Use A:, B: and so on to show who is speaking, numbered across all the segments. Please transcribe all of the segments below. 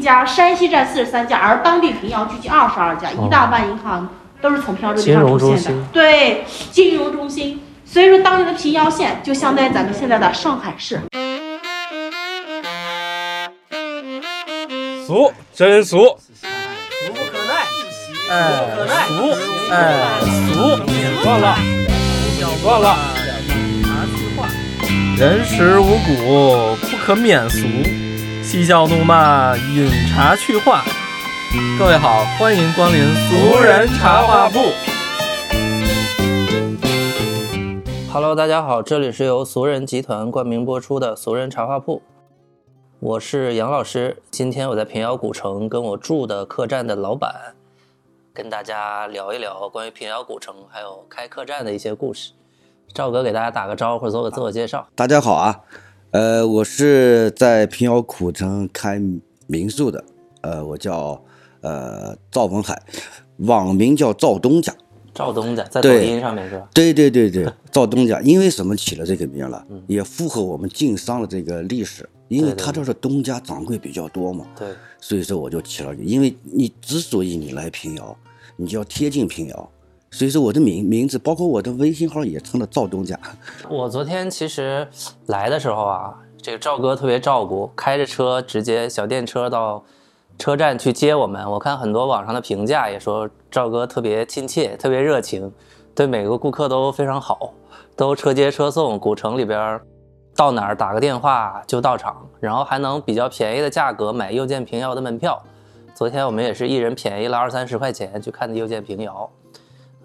A: 家，山西占四十三家，而当地平遥聚集二十二家，一大半银行都是从平遥这个地
B: 哦金融
A: 方出
B: 中
A: 现的
B: 心。
A: 对，金融中心。所以说，当年的平遥县就相当于咱们现在的上海市。
C: 俗，真俗，
D: 俗不可耐，
C: 哎，俗，哎
D: 哎，
C: 俗，算了，算了，
B: 人食五谷，不可免俗；嬉笑怒骂，饮茶去话。各位好，欢迎光临俗人茶话铺。
D: Hello，大家好，这里是由俗人集团冠名播出的《俗人茶话铺》，我是杨老师。今天我在平遥古城跟我住的客栈的老板，跟大家聊一聊关于平遥古城还有开客栈的一些故事。赵哥给大家打个招呼，做个自我介绍。
E: 大家好啊，呃，我是在平遥古城开民宿的，呃，我叫呃赵文海，网名叫赵东家。
D: 赵东家在抖
E: 对
D: 音上面是吧？
E: 对对对对，赵东家，因为什么起了这个名了？也符合我们晋商的这个历史，因为
D: 对对
E: 他这是东家掌柜比较多嘛，
D: 对，
E: 所以说我就起了。因为你之所以你来平遥，你就要贴近平遥，所以说我的名名字，包括我的微信号也成了赵东家。
D: 我昨天其实来的时候啊，这个赵哥特别照顾，开着车直接小电车到车站去接我们。我看很多网上的评价也说赵哥特别亲切，特别热情，对每个顾客都非常好，都车接车送。古城里边儿到哪儿打个电话就到场，然后还能比较便宜的价格买又见平遥的门票。昨天我们也是一人便宜了二三十块钱去看的又见平遥。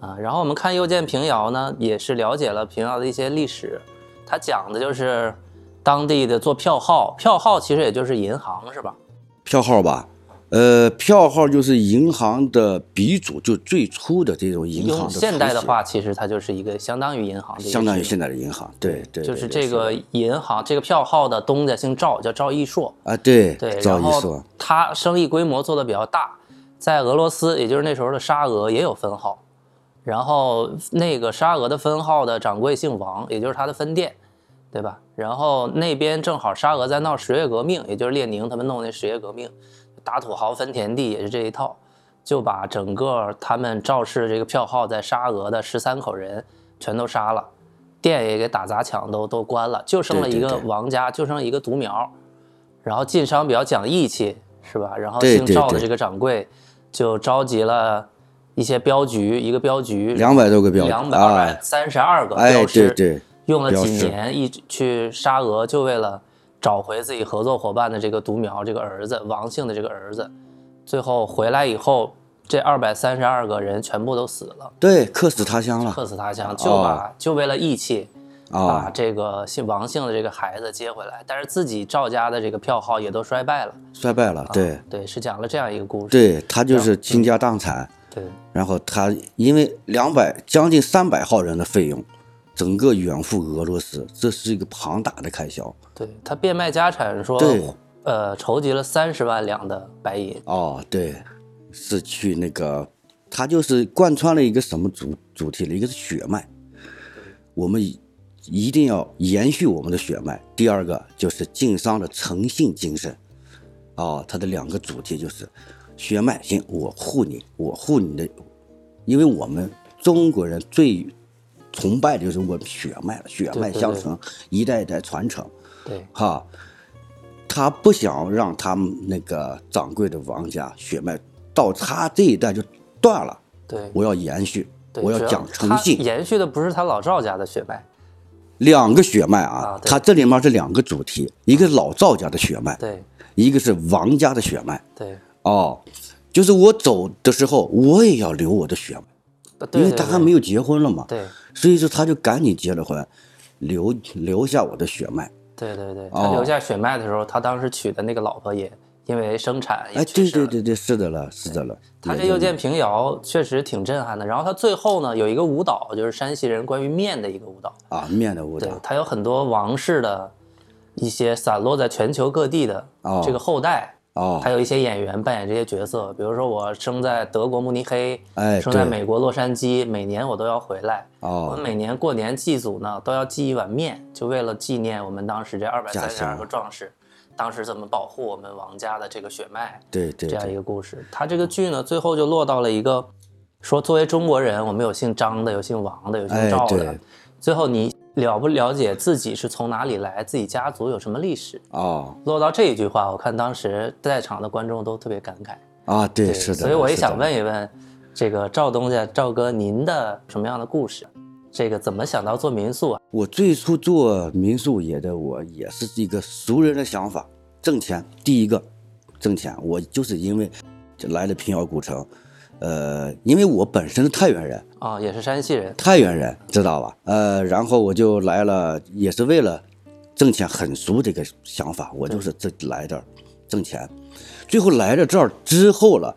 D: 啊，然后我们看《又见平遥》呢，也是了解了平遥的一些历史。它讲的就是当地的做票号，票号其实也就是银行，是吧？
E: 票号吧，呃，票号就是银行的鼻祖，就最初的这种银行
D: 用
E: 的
D: 现代的
E: 雏
D: 话，其实它就是一个相当于银行的一
E: 形，
D: 个
E: 相当于
D: 制
E: 现
D: 度
E: 在的银行，对对，
D: 就
E: 对
D: 是
E: 对
D: 这个银行这个票号的东家姓赵，叫赵义硕。
E: 啊，对，
D: 对，
E: 赵
D: 然
E: 一
D: 后
E: 硕，
D: 他生意规模做的比较大，在俄罗斯，也就是那时候的沙俄也有分号，然后那个沙俄的分号的掌柜姓王，也就是他的分店，对吧？然后那边正好沙俄在闹十月革命，也就是列宁他们弄那十月革命，打土豪分田地也是这一套，就把整个他们赵氏这个票号在沙俄的十三口人全都杀了。店也给打砸抢都都关了，就剩了
E: 对
D: 一
E: 对
D: 个
E: 对
D: 王家，就剩一个独苗，然后晋商比较讲义气，是吧？然后
E: 对
D: 姓
E: 对
D: 赵的
E: 对
D: 这个掌柜就召集了一些镖局，一个镖局
E: 两百多个标，
D: 两
E: 啊
D: 百，三十二个
E: 哎，
D: 镖
E: 对
D: 师，
E: 对
D: 用了
E: 镖
D: 几
E: 师
D: 年，一直去沙俄就为了找回自己合作伙伴的这个独苗这个儿子王姓的这个儿子，最后回来以后，这二百三十二个人全部都死了，
E: 对，客死他乡
D: 客
E: 了
D: 死他乡，就把就为了义气。把
E: 啊，
D: 这个姓王姓的这个孩子接回来，但是自己赵家的这个票号也都衰败了。
E: 衰败了
D: 啊，
E: 对
D: 对，是讲了这样一个故事。
E: 对，他就是倾家荡产，
D: 对
E: 然后他因为两百将近三百号人的费用，整个远赴俄罗斯，这是一个庞大的开销
D: 对，他变卖家产说
E: 对，
D: 呃，筹集了三十万两的白银。
E: 哦，对，是去那个，它就是贯穿了一个什么主主题了？一个是血脉，我们一一定要延续我们的血脉。第二个就是晋商的诚信精神，啊、它的两个主题就是血脉行，我护你，我护你的，因为我们中国人最崇拜的就是我们血脉了，血
D: 对
E: 脉
D: 对
E: 相
D: 对
E: 承，一代一代传承。
D: 对
E: 哈，他不想让他们那个掌柜的王家血脉到他这一代就断了，
D: 对
E: 我要延续，
D: 对，
E: 我
D: 主
E: 讲
D: 他
E: 诚信，
D: 延续的不是他老赵家的血脉。
E: 两个血脉啊，
D: 啊对
E: 他这里面是两个主题，一个是老赵家的血脉，
D: 对
E: 一个是王家的血脉，
D: 对，
E: 哦，就是我走的时候我也要留我的血脉，
D: 对
E: 因为他还没
D: 有
E: 有结婚了嘛，
D: 对
E: 所以说他就赶紧结了婚，留留下我的血脉，
D: 对对对，
E: 哦
D: 他留下血脉的时候，他当时娶的那个老婆也因为生产也
E: 哎，
D: 去
E: 对
D: 世了。
E: 对对对，是的了，是的了，
D: 他
E: 也
D: 这
E: 就
D: 又见平遥确实挺震撼的。然后他最后呢有一个舞蹈，就是山西人关于面的一个舞蹈。
E: 啊面的舞
D: 对
E: 蹈，
D: 他有很多王室的一些散落在全球各地的
E: 哦
D: 这个后代，
E: 哦
D: 还，有一些演员扮演这些角色。比如说我生在德国慕尼黑，
E: 哎
D: 生在
E: 对
D: 美国洛杉矶，每年我都要回来。我
E: 哦
D: 们，每年过年祭祖呢，都要祭一碗面，就为了纪念我们当时这二百三
E: 家
D: 十二
E: 乡
D: 个壮士当时怎么保护我们王家的这个血脉
E: 对对
D: 这样一
E: 对，
D: 个故事。他这个剧呢，最后就落到了一个说，作为中国人，我们有姓张的，有姓王的，有姓
E: 哎
D: 赵的。
E: 对，
D: 最后你了不了解自己是从哪里来，自己家族有什么历史？
E: 哦
D: 落到这一句话，我看当时在场的观众都特别感慨。
E: 啊，对，是的。
D: 所以我也
E: 是的
D: 想，问一问，这个赵东家、赵哥，您的什么样的故事？这个怎么想到做民宿啊？
E: 我最初做民宿业的，我也是一个俗人的想法，挣钱。第一个，挣钱。我就是因为来了平遥古城，呃，因为我本身是太原人，
D: 啊、也是山西人，
E: 太原人知道吧？呃，然后我就来了，也是为了挣钱很俗这个想法，我就是这来这儿挣钱。最后来了这儿之后了，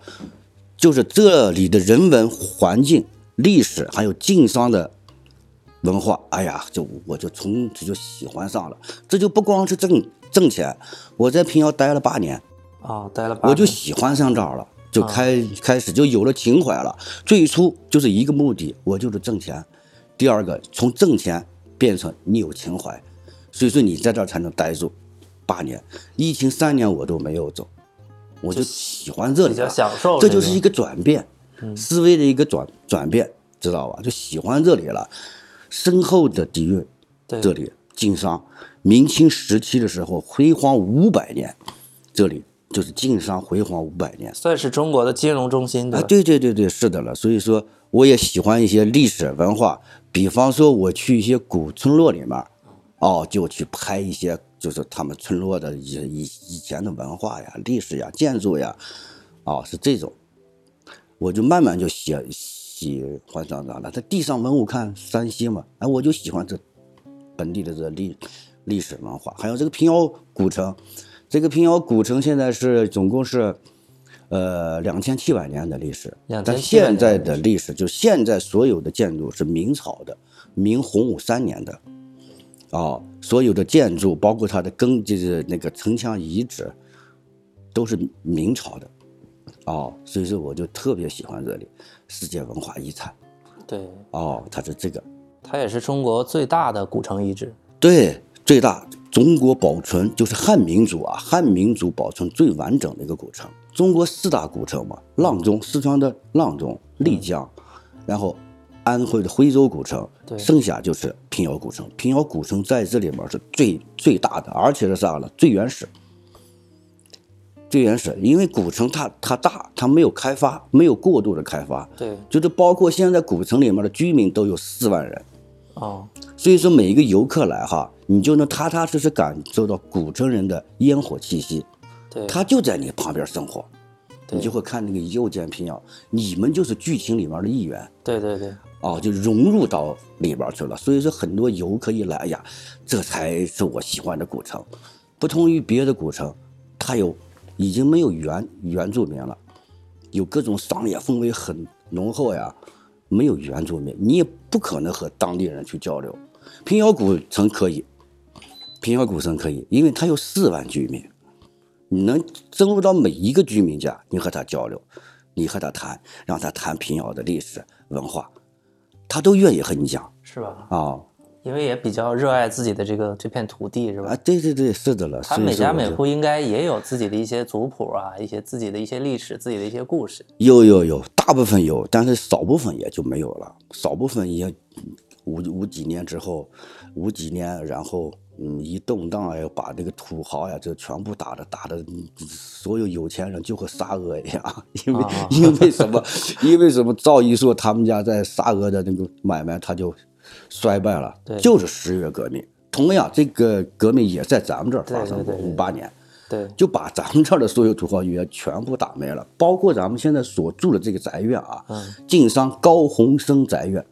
E: 就是这里的人文环境、历史还有经商的文化，哎呀，就我就从此就喜欢上了。这就不光是挣挣钱，我在平遥待了八年，哦
D: 啊、待了八年，啊
E: 我就喜欢上这儿了，就开、开始就有了情怀了。最初就是一个目的，我就是挣钱；第二个，从挣钱变成你有情怀，所以说你在这儿才能待住八年。疫情三年我都没有走，我就喜欢这里
D: 比较
E: 了，
D: 享受
E: 这
D: 这嗯
E: 就是一个转变，思维的一个转转变，知道吧？就喜欢这里了，深厚的底蕴
D: 对
E: 这里经商，明清时期的时候辉煌五百年，这里就是经商辉煌五百年。
D: 算是中国的金融中心，对
E: 啊，
D: 吧？
E: 对对对对，是的了。所以说，我也喜欢一些历史文化，比方说我去一些古村落里面，哦，就去拍一些就是他们村落的以以以前的文化呀、历史呀、建筑呀，哦，是这种。我就慢慢就喜喜欢上它了。它地上文物看山西嘛，哎，我就喜欢这本地的这历历史文化，还有这个平遥古城。这个平遥古城现在是总共是，呃，两千七百年的历史。
D: 2700
E: 但现在的历史，就现在所有的建筑是明朝的，明洪武三年的，哦，所有的建筑包括它的更就是那个城墙遗址，都是明朝的。哦，所以说我就特别喜欢这里，世界文化遗产。
D: 对，
E: 哦，它是这个，
D: 它也是中国最大的古城遗址。
E: 对，最大中国保存就是汉民族啊，汉民族保存最完整的一个古城。中国四大古城嘛，阆中，四川的阆中、丽江，然后安徽的徽州古城
D: 对，
E: 剩下就是平遥古城。平遥古城在这里面是最最大的，而且是啥呢？最原始。最原始，因为古城它它大，它没有开发，没有过度的开发，
D: 对，
E: 就是包括现在古城里面的居民都有四万人，
D: 哦，
E: 所以说每一个游客来哈，你就能踏踏实实感受到古城人的烟火气息，
D: 对，
E: 他就在你旁边生活，
D: 对
E: 你就会看那个又见平遥，你们就是剧情里面的一员。
D: 对对对，
E: 哦，就融入到里边去了，所以说很多游客一来，哎呀，这才是我喜欢的古城，不同于别的古城，它有已经没有原原住民了，有各种商业氛围很浓厚呀，没有原住民，你也不可能和当地人去交流。平遥古城可以，平遥古城可以，因为它有四万居民，你能深入到每一个居民家，你和他交流，你和他谈，让他谈平遥的历史文化，他都愿意和你讲
D: 是吧？
E: 啊
D: 因为也比较热爱自己的这个这片土地，是吧
E: 啊！？对对对，是的了。
D: 他
E: 所以
D: 每
E: 说
D: 家
E: 我
D: 每
E: 就
D: 户应该也有自己的一些族谱啊，一些自己的一些历史，自己的一些故事。
E: 有有有，大部分有，但是少部分也就没有了。少部分也嗯五五几年之后，五几年，然后嗯，一动荡呀，把这个土豪呀，就全部打的打的，嗯所有有钱人就和沙俄一样， 因为、
D: 啊
E: 因为什么？因为什么？赵一硕他们家在沙俄的那个买卖，他就衰败了
D: 对，
E: 就是十月革命。同样，这个革命也在咱们这儿发
D: 对
E: 生
D: 对
E: 过，
D: 对对
E: 五八年。
D: 对，
E: 就把咱们这儿的所有土豪院全部打没了，包括咱们现在所住的这个宅院啊，
D: 嗯
E: 晋商高鸿生宅院，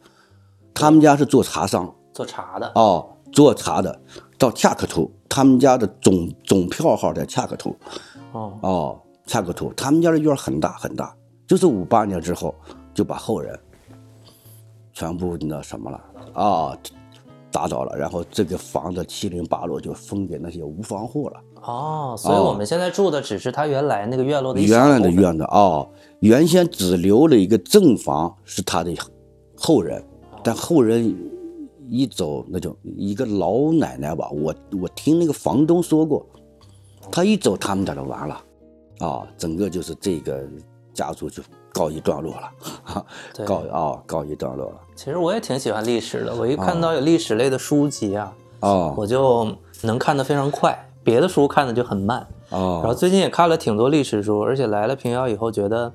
E: 他们家是做茶商啊
D: 做茶的，
E: 哦，做茶的，到恰克图，他们家的总总票号在恰克图
D: 哦，
E: 哦，恰克图，他们家的院儿很大很大，就是五八年之后就把后人全部那什么了啊、打倒了，然后这个房子七零八落就分给那些无房户了。
D: 哦，所以我们现在住的只是他原来那个院落的一小
E: 原来的
D: 部分
E: 院子哦，原先只留了一个正房是他的后人，但后人一走，那就一个老奶奶吧，我我听那个房东说过，他一走，他们家就完了，啊，整个就是这个家族就告一段落了，哈
D: 对
E: 告啊告一段落了，
D: 其实我也挺喜欢历史的，我一看到有历史类的书籍啊，
E: 哦
D: 我就能看得非常快，别的书看的就很慢。然后
E: 哦，
D: 最近也看了挺多历史书，而且来了平遥以后，觉得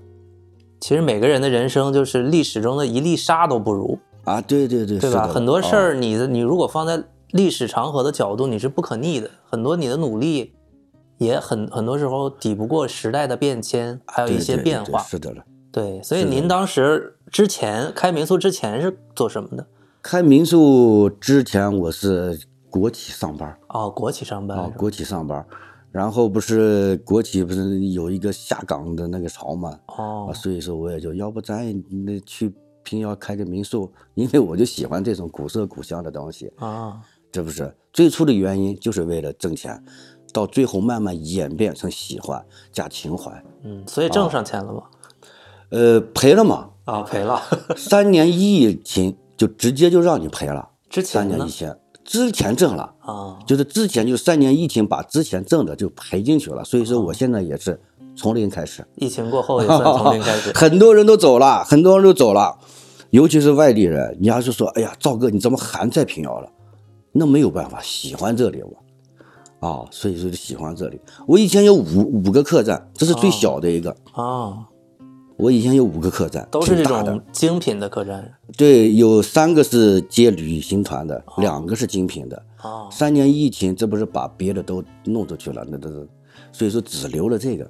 D: 其实每个人的人生就是历史中的一粒沙都不如，
E: 啊，对对对，
D: 对
E: 是
D: 吧？
E: 的
D: 很多事
E: 哦
D: 儿你的你如果放在历史长河的角度，你是不可逆的，很多你的努力也很很多时候抵不过时代的变迁，还有
E: 啊对
D: 一些
E: 对对
D: 变
E: 对
D: 化。
E: 是的了。
D: 对，所以
E: 是的
D: 您当时之前开民宿之前是做什么的？
E: 开民宿之前，我是国企上班儿
D: 哦，国企上班
E: 啊
D: 是，吧
E: 国企上班儿，然后不是国企不是有一个下岗的那个潮嘛，啊，
D: 哦，
E: 所以说我也就要不咱也那去平遥开个民宿，因为我就喜欢这种古色古香的东西，
D: 啊，
E: 这不是最初的原因就是为了挣钱，到最后慢慢演变成喜欢加情怀，
D: 嗯，所以挣上钱了吗？
E: 呃，哦赔了嘛，
D: 啊，赔了。
E: 三年一亿勤就直接就让你 赔了，
D: 之
E: 三
D: 前
E: 年
D: 呢
E: 一？千，之前挣了。
D: 啊，
E: 就是之前就三年疫情把之前挣的就赔进去了，所
D: 啊
E: 以说我现在也是从零开始，
D: 疫情过后也算从零 开始。
E: 很多人都走了，很多人都走了，尤其是外地人，你要是说，哎呀，赵哥你怎么还在平遥了？那没有办法，喜欢这里我。啊、所以说就喜欢这里。我以前有五五个客栈，这是最小的一个。
D: 啊，
E: 我以前有五个客栈，
D: 都是这
E: 挺大的
D: 种精品的客栈
E: 对，有三个是接旅行团的，两个是精品的。
D: 啊，
E: 三年疫情，这不是把别的都弄出去了，那都是，所以说只留了这个。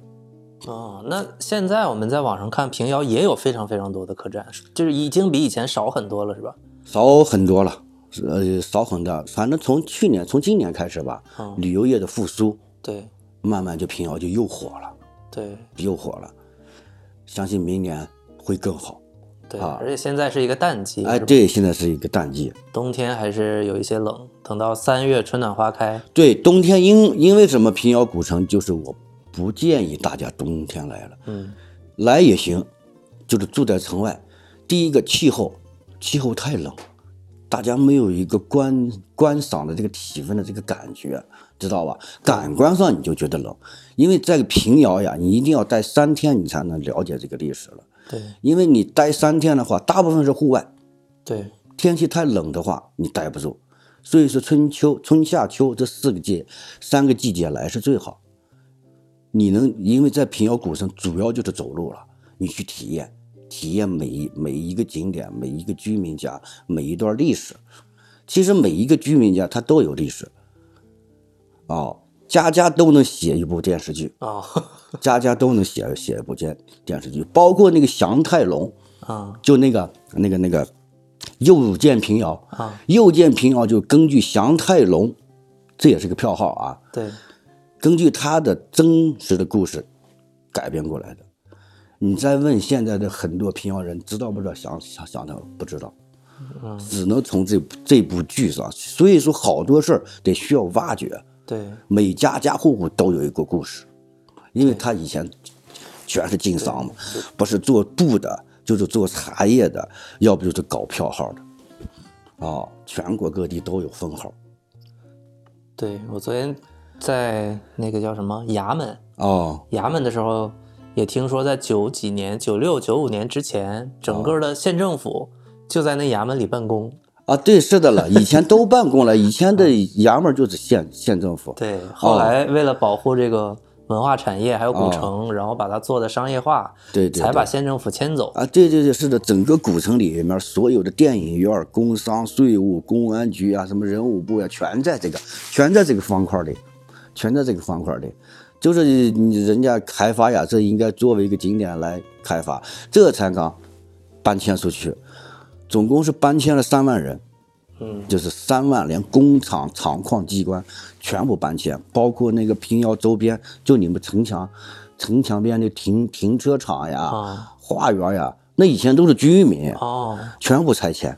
D: 哦，那现在我们在网上看平遥也有非常非常多的客栈，就是已经比以前少很多了，是吧？
E: 少很多了，呃，少很多。反正从去年、从今年开始吧，
D: 嗯
E: 旅游业的复苏，
D: 对
E: 慢慢就平遥就又火了，
D: 对
E: 又火了。相信明年会更好。
D: 对，
E: 啊
D: 而且现在是一个淡季，
E: 哎，
D: 是吧，
E: 对，现在是一个淡季。
D: 冬天还是有一些冷，等到三月春暖花开，
E: 对，冬天因因为什么？平遥古城就是我不建议大家冬天来了，
D: 嗯，
E: 来也行，就是住在城外。第一个气候，气候太冷，大家没有一个观观赏的这个体温的这个感觉，知道吧？感官上你就觉得冷，因为在平遥呀，你一定要待三天，你才能了解这个历史了。
D: 对
E: 因为你待三天的话，大部分是户外，
D: 对
E: 天气太冷的话，你待不住。所以说，春秋、春夏秋这四个季三个季节来是最好。你能因为在平遥古城主要就是走路了，你去体验，体验每一每一个景点、每一个居民家、每一段历史。其实每一个居民家它都有历史，哦，家家都能写一部电视剧，
D: 啊
E: 家家都能写写一部电电视剧，包括那个祥太龙，
D: 啊
E: 就那个那个那个，又见平遥
D: 啊，
E: 又见平遥就根据祥太龙，这也是个票号啊，
D: 对
E: 根据他的真实的故事改编过来的。你再问现在的很多平遥人知道不知道祥祥祥太龙？不知道，只能从这这部剧上。所以说，好多事儿得需要挖掘。
D: 对
E: 每家家户户都有一个故事，因为他以前全是经商嘛，不是做布的，就是做茶叶的，要不就是搞票号的，啊、全国各地都有分号，
D: 对，我昨天在那个叫什么衙门，
E: 哦
D: 衙门的时候，也听说在九几年、九六、九五年之前，整个的县政府就在那衙门里办公。
E: 啊，对，是的了，以前都办公了，以前 的衙门就是县县政府，
D: 对，后来为了保护这个文化产业还有古城，然后把它做的商业化，
E: 哦对对
D: 才把
E: 对。
D: 县政府迁走。
E: 啊，对对对，是的，整个古城里面所有的电影院、工商、税务、公安局啊，什么人武部啊，全在这个，全在这个方块里，全在这个方块里。就是你人家开发呀，这应该作为一个景点来开发，这才刚搬迁出去，总共是搬迁了三万人，
D: 嗯，
E: 就是三万，连工厂、厂矿、机关全部搬迁，包括那个平遥周边，就你们城墙、城墙边的停停车场呀、
D: 啊
E: 花园呀，那以前都是居民，
D: 哦，
E: 全部拆迁。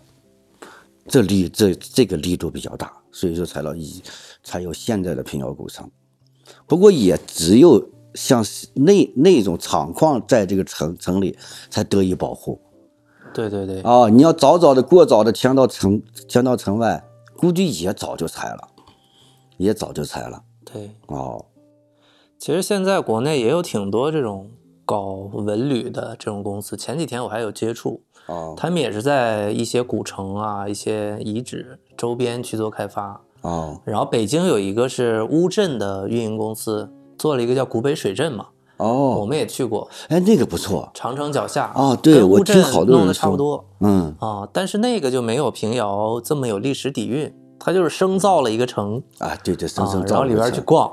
E: 这力这这个力度比较大，所以说才到以才有现在的平遥古城。不过也只有像那那种厂矿在这个城城里才得以保护
D: 对对对，
E: 啊、你要早早的过早的迁到城迁到城外，估计也早就拆了，也早就拆了
D: 对。
E: 哦。
D: 其实现在国内也有挺多这种搞文旅的这种公司，前几天我还有接触，
E: 哦
D: 他们也是在一些古城啊、一些遗址周边去做开发。
E: 哦
D: 然后北京有一个是乌镇的运营公司，做了一个叫古北水镇嘛，我
E: 哦，
D: 们也去过，
E: 哎，那个不错，
D: 长城脚下
E: 哦对
D: 跟乌
E: 我听
D: 镇
E: 好多人
D: 弄得差不
E: 说
D: 多
E: 嗯，
D: 啊、但是那个就没有平遥这么有历史底蕴，它就是生造了一个城
E: 啊，对对，
D: 啊
E: 深深，
D: 然后里边去 逛，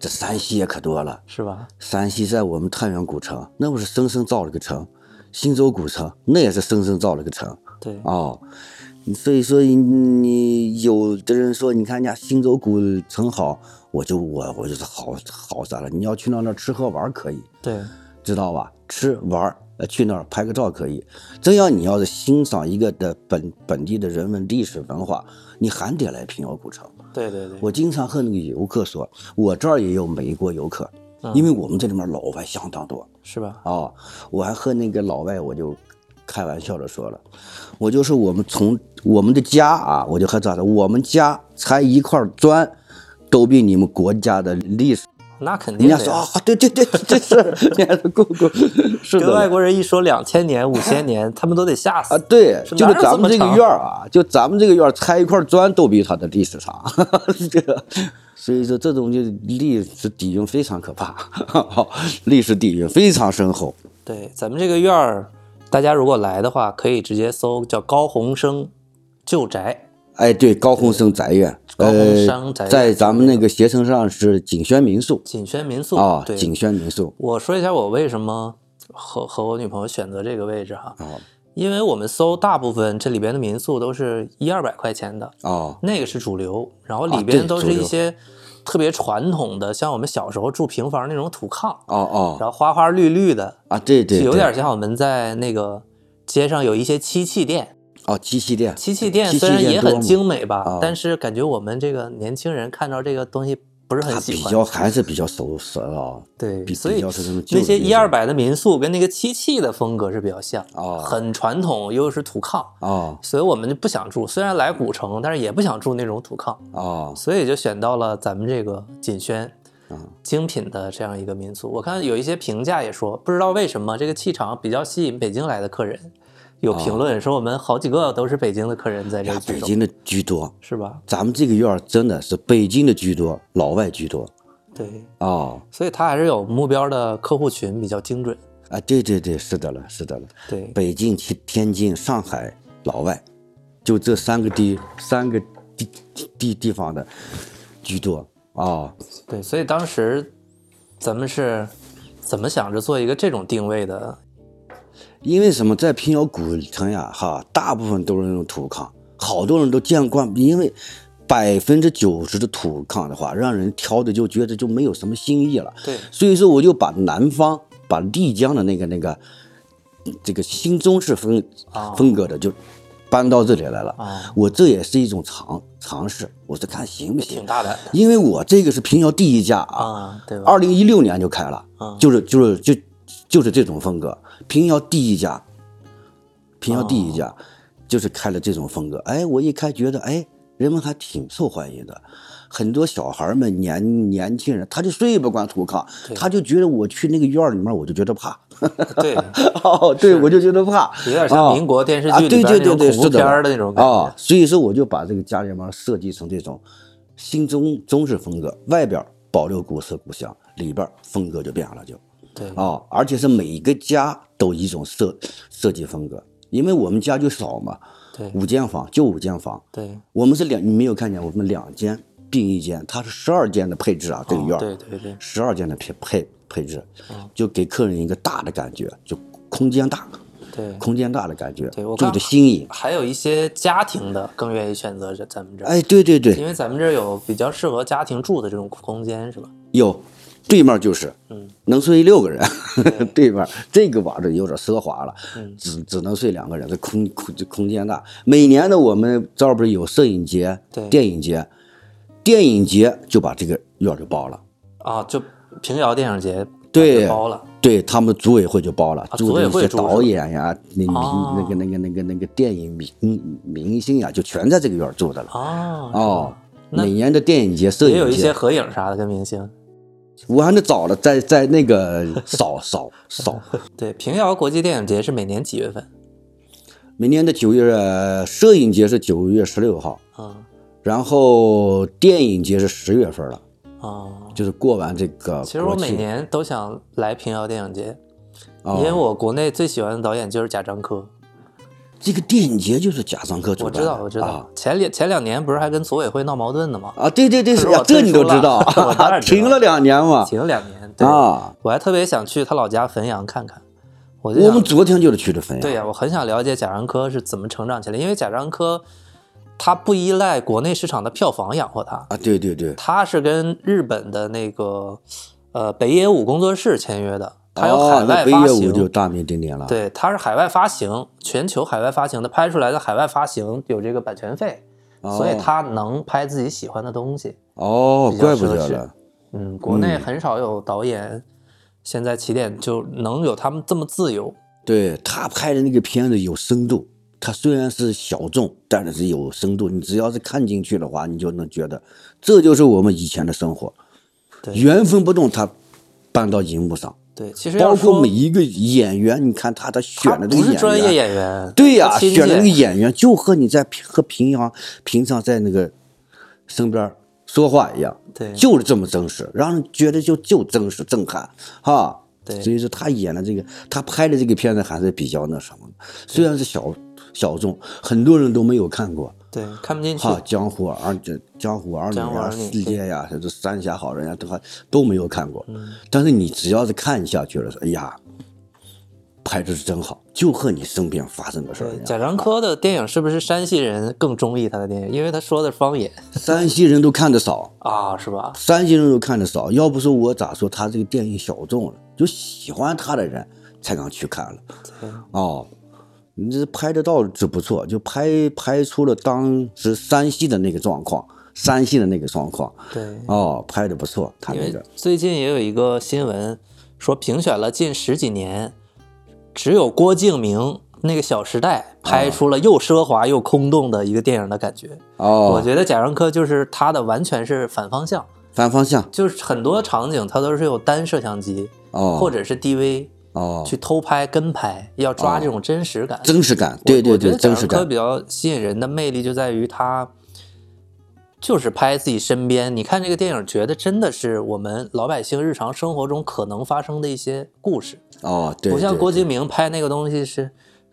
E: 这山西也可多了。
D: 是吧？
E: 山西在我们太原古城，那不是生生造了个城；新州古城，那也是生生造了个城。
D: 对，
E: 哦，所以说你有的人说，你看人家新州古城好，我就我我就是好好啥了。你要去到那儿吃喝玩儿可以，
D: 对，
E: 知道吧？吃玩儿，呃去那儿拍个照可以。真要你要是欣赏一个的本本地的人文历史文化，你还得来平遥古城。
D: 对对对，
E: 我经常和那个游客说，我这儿也有美国游客，
D: 嗯
E: 因为我们这里面老外相当多。
D: 是吧？
E: 啊、我还和那个老外我就开玩笑的说了，我就说我们从我们的家啊，我就和咋的，我们家才一块砖，都比你们国家的历史。
D: 那肯定
E: 人
D: 的
E: 家说
D: 呀
E: 啊。，对对对，这是，人家说够够， 是
D: 跟外
E: 的。
D: 国人一说两千年、五千年，他们都得吓死
E: 啊，对，
D: 是
E: 就
D: 哪
E: 是
D: 有
E: 咱们
D: 这
E: 这
D: 么长
E: 个院儿啊，就咱们这个院儿拆一块砖都比他的历史长， 这个，所以说这种就是历史底蕴非常可怕，历史底蕴非常深厚。
D: 对，咱们这个院儿，大家如果来的话，可以直接搜叫高鸿生旧宅。
E: 哎，对，高鸿生宅院，
D: 高鸿生
E: 呃
D: 宅院
E: 在咱们那个携程上是景轩民宿
D: 锦轩民宿
E: 啊，
D: 对，
E: 景轩民宿
D: 我说一下我为什么和和我女朋友选择这个位置哈，
E: 啊
D: 因为我们搜大部分这里边的民宿都是一二百块钱的，
E: 啊
D: 那个是主流，然后
E: 啊
D: 里边
E: 对
D: 都
E: 主
D: 是一
E: 流
D: 些特别传统的，像我们小时候住平房那种土炕，
E: 哦哦
D: 然后花花绿绿的，
E: 啊，对对，
D: 就有
E: 对
D: 点像我们在那个街上有一些漆器店，
E: 哦，七七店，
D: 漆器店
E: 漆器
D: 虽然
E: 店
D: 也
E: 多
D: 很
E: 嘛
D: 精美吧
E: 啊，
D: 但是感觉我们这个年轻人看到这个东西不是很
E: 它
D: 喜
E: 比
D: 欢，
E: 较还是比较熟熟啊，
D: 对，
E: 比
D: 所以
E: 比较是这种旧
D: 那
E: 的
D: 些
E: 那
D: 一二
E: 种
D: 百的民宿跟那个漆器的风格是比较像，
E: 哦
D: 很传统又是土炕，
E: 啊
D: 所以我们就不想住。虽然来古城，但是也不想住那种土炕，
E: 啊
D: 所以就选到了咱们这个锦轩。
E: 嗯
D: 精品的这样一个民宿，我看有一些评价也说，不知道为什么这个气场比较吸引北京来的客人。有评论说我们好几个都是北京的客人在这
E: 哦呀
D: 儿，
E: 北
D: 居住，
E: 京的居多，
D: 是吧？
E: 咱们这个院儿真的是北京的居多，老外居多
D: 对，
E: 啊
D: 所以它还是有目标的客户群比较精准。
E: 啊，对对对，是的了，是的了，
D: 对，
E: 北京、天天津、上海、老外，就这三个地三个地地地地方的居多啊。
D: 对，所以当时咱们是怎么想着做一个这种定位的？
E: 因为什么，在平遥古城呀，哈，大部分都是那种土炕，好多人都见惯，因为百分之九十的土炕的话，让人挑的就觉得就没有什么新意了。
D: 对
E: 所以说我就把南方、把丽江的那个那个这个新中式风、
D: 啊
E: 风格的就搬到这里来了。
D: 啊，
E: 我这也是一种尝尝试，我是看行不行
D: 挺。大胆的
E: 因为我这个是平遥第一家啊，
D: 啊，对吧？
E: 二零一六年就开了，
D: 啊
E: 就是就是就就是这种风格，平遥第一家，平遥第一
D: 哦
E: 家，就是开了这种风格。哎，我一开觉得哎，人们还挺受欢迎的，很多小孩们年年轻人他就睡不惯土炕，
D: 对
E: 他就觉得我去那个院儿里面我就觉得怕，
D: 对，
E: 哦， 对我就觉得怕，
D: 有点像
E: 啊
D: 民国电视
E: 啊，
D: 剧里
E: 对
D: 边
E: 对
D: 那
E: 对
D: 种
E: 对，
D: 恐怖
E: 是
D: 片儿的那种感
E: 啊
D: 觉。。
E: 所以说，我就把这个家里面设计成这种新中中式风格，外边保留古色古香，里边风格就变了就
D: 对，
E: 啊，而且是每一个家都一种设设计风格，因为我们家就少嘛，
D: 对，
E: 五间房就五间房，
D: 对，
E: 我们是两，你没有看见我们两间并一间，它是十二间的配置啊，这个院儿、
D: 啊对嗯对对，
E: 十二间的配配配置，就给客人一个大的感觉，就空间大。
D: 对。
E: 空间大的感觉，
D: 对我
E: 住
D: 刚
E: 的新颖，
D: 还有一些家庭的更愿意选择这咱们这儿，
E: 哎，对对
D: 因
E: 对，
D: 为咱们这儿有比较适合家庭住的这种空间，是吧？
E: 有，对面就是，
D: 嗯，
E: 能睡六个人， 对面这个瓦子有点奢华了，
D: 嗯
E: 只只能睡两个人，这空空这空间大。每年呢，我们这儿不是有摄影节
D: 对、
E: 电影节，电影节就把这个院儿就包了，
D: 啊，就平遥电影节
E: 对
D: 就包了，
E: 对他们组委会就包了，
D: 啊
E: 住
D: 组委
E: 的一
D: 会
E: 些
D: 住是吧
E: 导演呀，那
D: 哦
E: 那个那个那个那个电影明明星呀，就全在这个院儿住的了。
D: 啊，
E: 哦，
D: 那
E: 每年的电影节、摄
D: 也
E: 影
D: 有一
E: 节
D: 些合影啥的跟明星
E: 武汉的早了，在在那个少少 少，
D: 对，平遥国际电影节是每年几月份？
E: 明年的九月，摄影节是九月十六号，
D: 嗯
E: 然后电影节是十月份了，
D: 哦，
E: 就是过完这个
D: 其实我
E: 啊国
D: 每
E: 庆
D: 年都想来平遥电影节，
E: 哦
D: 因为我国内最喜欢的导演就是贾樟柯。
E: 这个电影节就是贾樟柯主
D: 我
E: 办的，
D: 知道，我知道，
E: 啊
D: 前两前两年不是还跟组委会闹矛盾呢吗？
E: 啊，对对对，
D: 可
E: 是
D: 是
E: 呀
D: 我
E: 这你都
D: 退出
E: 知道啊
D: 了 我当然，知道
E: 停了两年嘛，
D: 停了两年，对
E: 啊，
D: 我还特别想去他老家汾阳看看。我就
E: 我们
D: 想，
E: 昨天就是去的汾阳，
D: 对呀、我很想了解贾樟柯是怎么成长起来，因为贾樟柯他不依赖国内市场的票房养活他，
E: 啊，对对对，
D: 他是跟日本的那个呃北野武工作室签约的，他有
E: 哦
D: 海
E: 那
D: 外
E: 北
D: 发
E: 野武
D: 行，
E: 就大名鼎鼎了，
D: 对，它是海外发行，全球海外发行的，拍出来的海外发行有这个版权费，
E: 哦，
D: 所以他能拍自己喜欢的东西。
E: 哦，
D: 比较
E: 怪不得
D: 奢侈
E: 了，
D: 嗯，国内
E: 嗯
D: 很少有导演现在起点就能有他们这么自由。
E: 对他拍的那个片子有深度，他虽然是小众，但是有深度。你只要是看进去的话，你就能觉得这就是我们以前的生活，
D: 对
E: 原封不动他搬到荧幕上，
D: 对，其实要
E: 包括
D: 说
E: 每一个演员，你看他
D: 他
E: 他选的这
D: 不
E: 个
D: 是专业
E: 演
D: 演
E: 员，
D: 员，
E: 对呀、
D: 他亲
E: 选的那个
D: 切
E: 演员就和你在平和平常平常在那个身边说话一样，
D: 对
E: 就是这么真实，让人觉得就就真实震撼哈。
D: 对
E: 所以说他演的这个，他拍的这个片子还是比较那什么的，虽然是小小众，很多人都没有看过
D: 对，看不进去。
E: 哈，《江湖儿这江湖儿女》
D: 江湖
E: 啊，
D: 儿
E: 《
D: 女
E: 世界》呀，这三峡好人呀，都还都没有看过。
D: 嗯
E: 但是你只要是看下去了，哎呀，拍的是真好，就和你身边发生的事儿
D: 对，
E: 一
D: 贾
E: 样。
D: 樟柯的电影是不是山西人更中意他的电影？因为他说的是方言
E: 山西人都看得少，
D: 啊，是吧？
E: 山西人都看得少，要不说我咋说他这个电影小众了，就喜欢他的人才敢去看了。
D: 嗯
E: 哦，你这拍的倒是不错，就拍拍出了当时山西的那个状况，山西的那个状况。
D: 对，
E: 哦，拍的不错，他
D: 嗯因
E: 那
D: 为
E: 个
D: 最近也有一个新闻说，评选了近十几年，只有郭敬明那个《小时代》
E: 啊
D: 拍出了又奢华又空洞的一个电影的感觉。我
E: 哦，
D: 觉得贾樟柯就是他的完全是反方向，
E: 反方向
D: 就是很多场景他都是用单摄像机、
E: 哦，
D: 或者是 DV
E: 哦，
D: 去偷拍、跟拍，要抓这种真实感。
E: 真实感，
D: 我
E: 对对
D: 我觉
E: 对，
D: 得贾
E: 真实
D: 樟柯
E: 感
D: 比较吸引人的魅力就在于他就是拍自己身边。你看这个电影，觉得真的是我们老百姓日常生活中可能发生的一些故事，
E: 哦，对，
D: 不像
E: 对
D: 郭
E: 对
D: 敬明拍那个东西是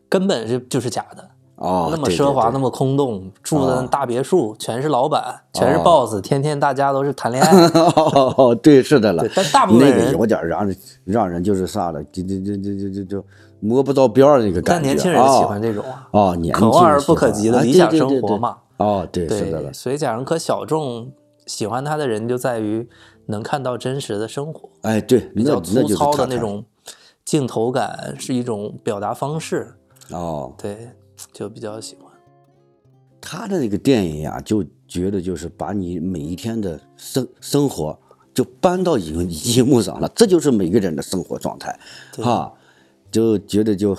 D: 根本是就是假的，
E: 哦
D: 那么
E: 对
D: 奢
E: 对
D: 华，
E: 对
D: 那么空洞，住的
E: 哦
D: 大别墅，全是老板，全是
E: 哦。
D: boss，天天大家都是谈恋爱
E: 哦，对，是的了
D: 对，但大部分
E: 那个
D: 人
E: 有点让人让人就是啥了，就就就就就就就摸不着边儿那个感觉。
D: 但年轻人喜欢
E: 哦
D: 这种啊，
E: 哦，年
D: 可
E: 轻人
D: 望而
E: 喜
D: 不可
E: 欢
D: 及的
E: 哎
D: 理
E: 对
D: 想
E: 对
D: 生
E: 对
D: 活
E: 对
D: 嘛
E: 哦，对，
D: 对，
E: 是的了。
D: 所以贾樟柯小众喜欢他的人就在于能看到真实的生活，
E: 哎，对，
D: 比
E: 那
D: 较
E: 那
D: 粗
E: 就是
D: 糙
E: 他
D: 的那
E: 他
D: 种镜头感是一种表达方式，
E: 哦，
D: 对，就比较喜欢。
E: 他的那个电影呀，就觉得就是把你每一天的生生活就搬到荧荧幕上了，这就是每个人的生活状态，
D: 对
E: 哈，就觉得就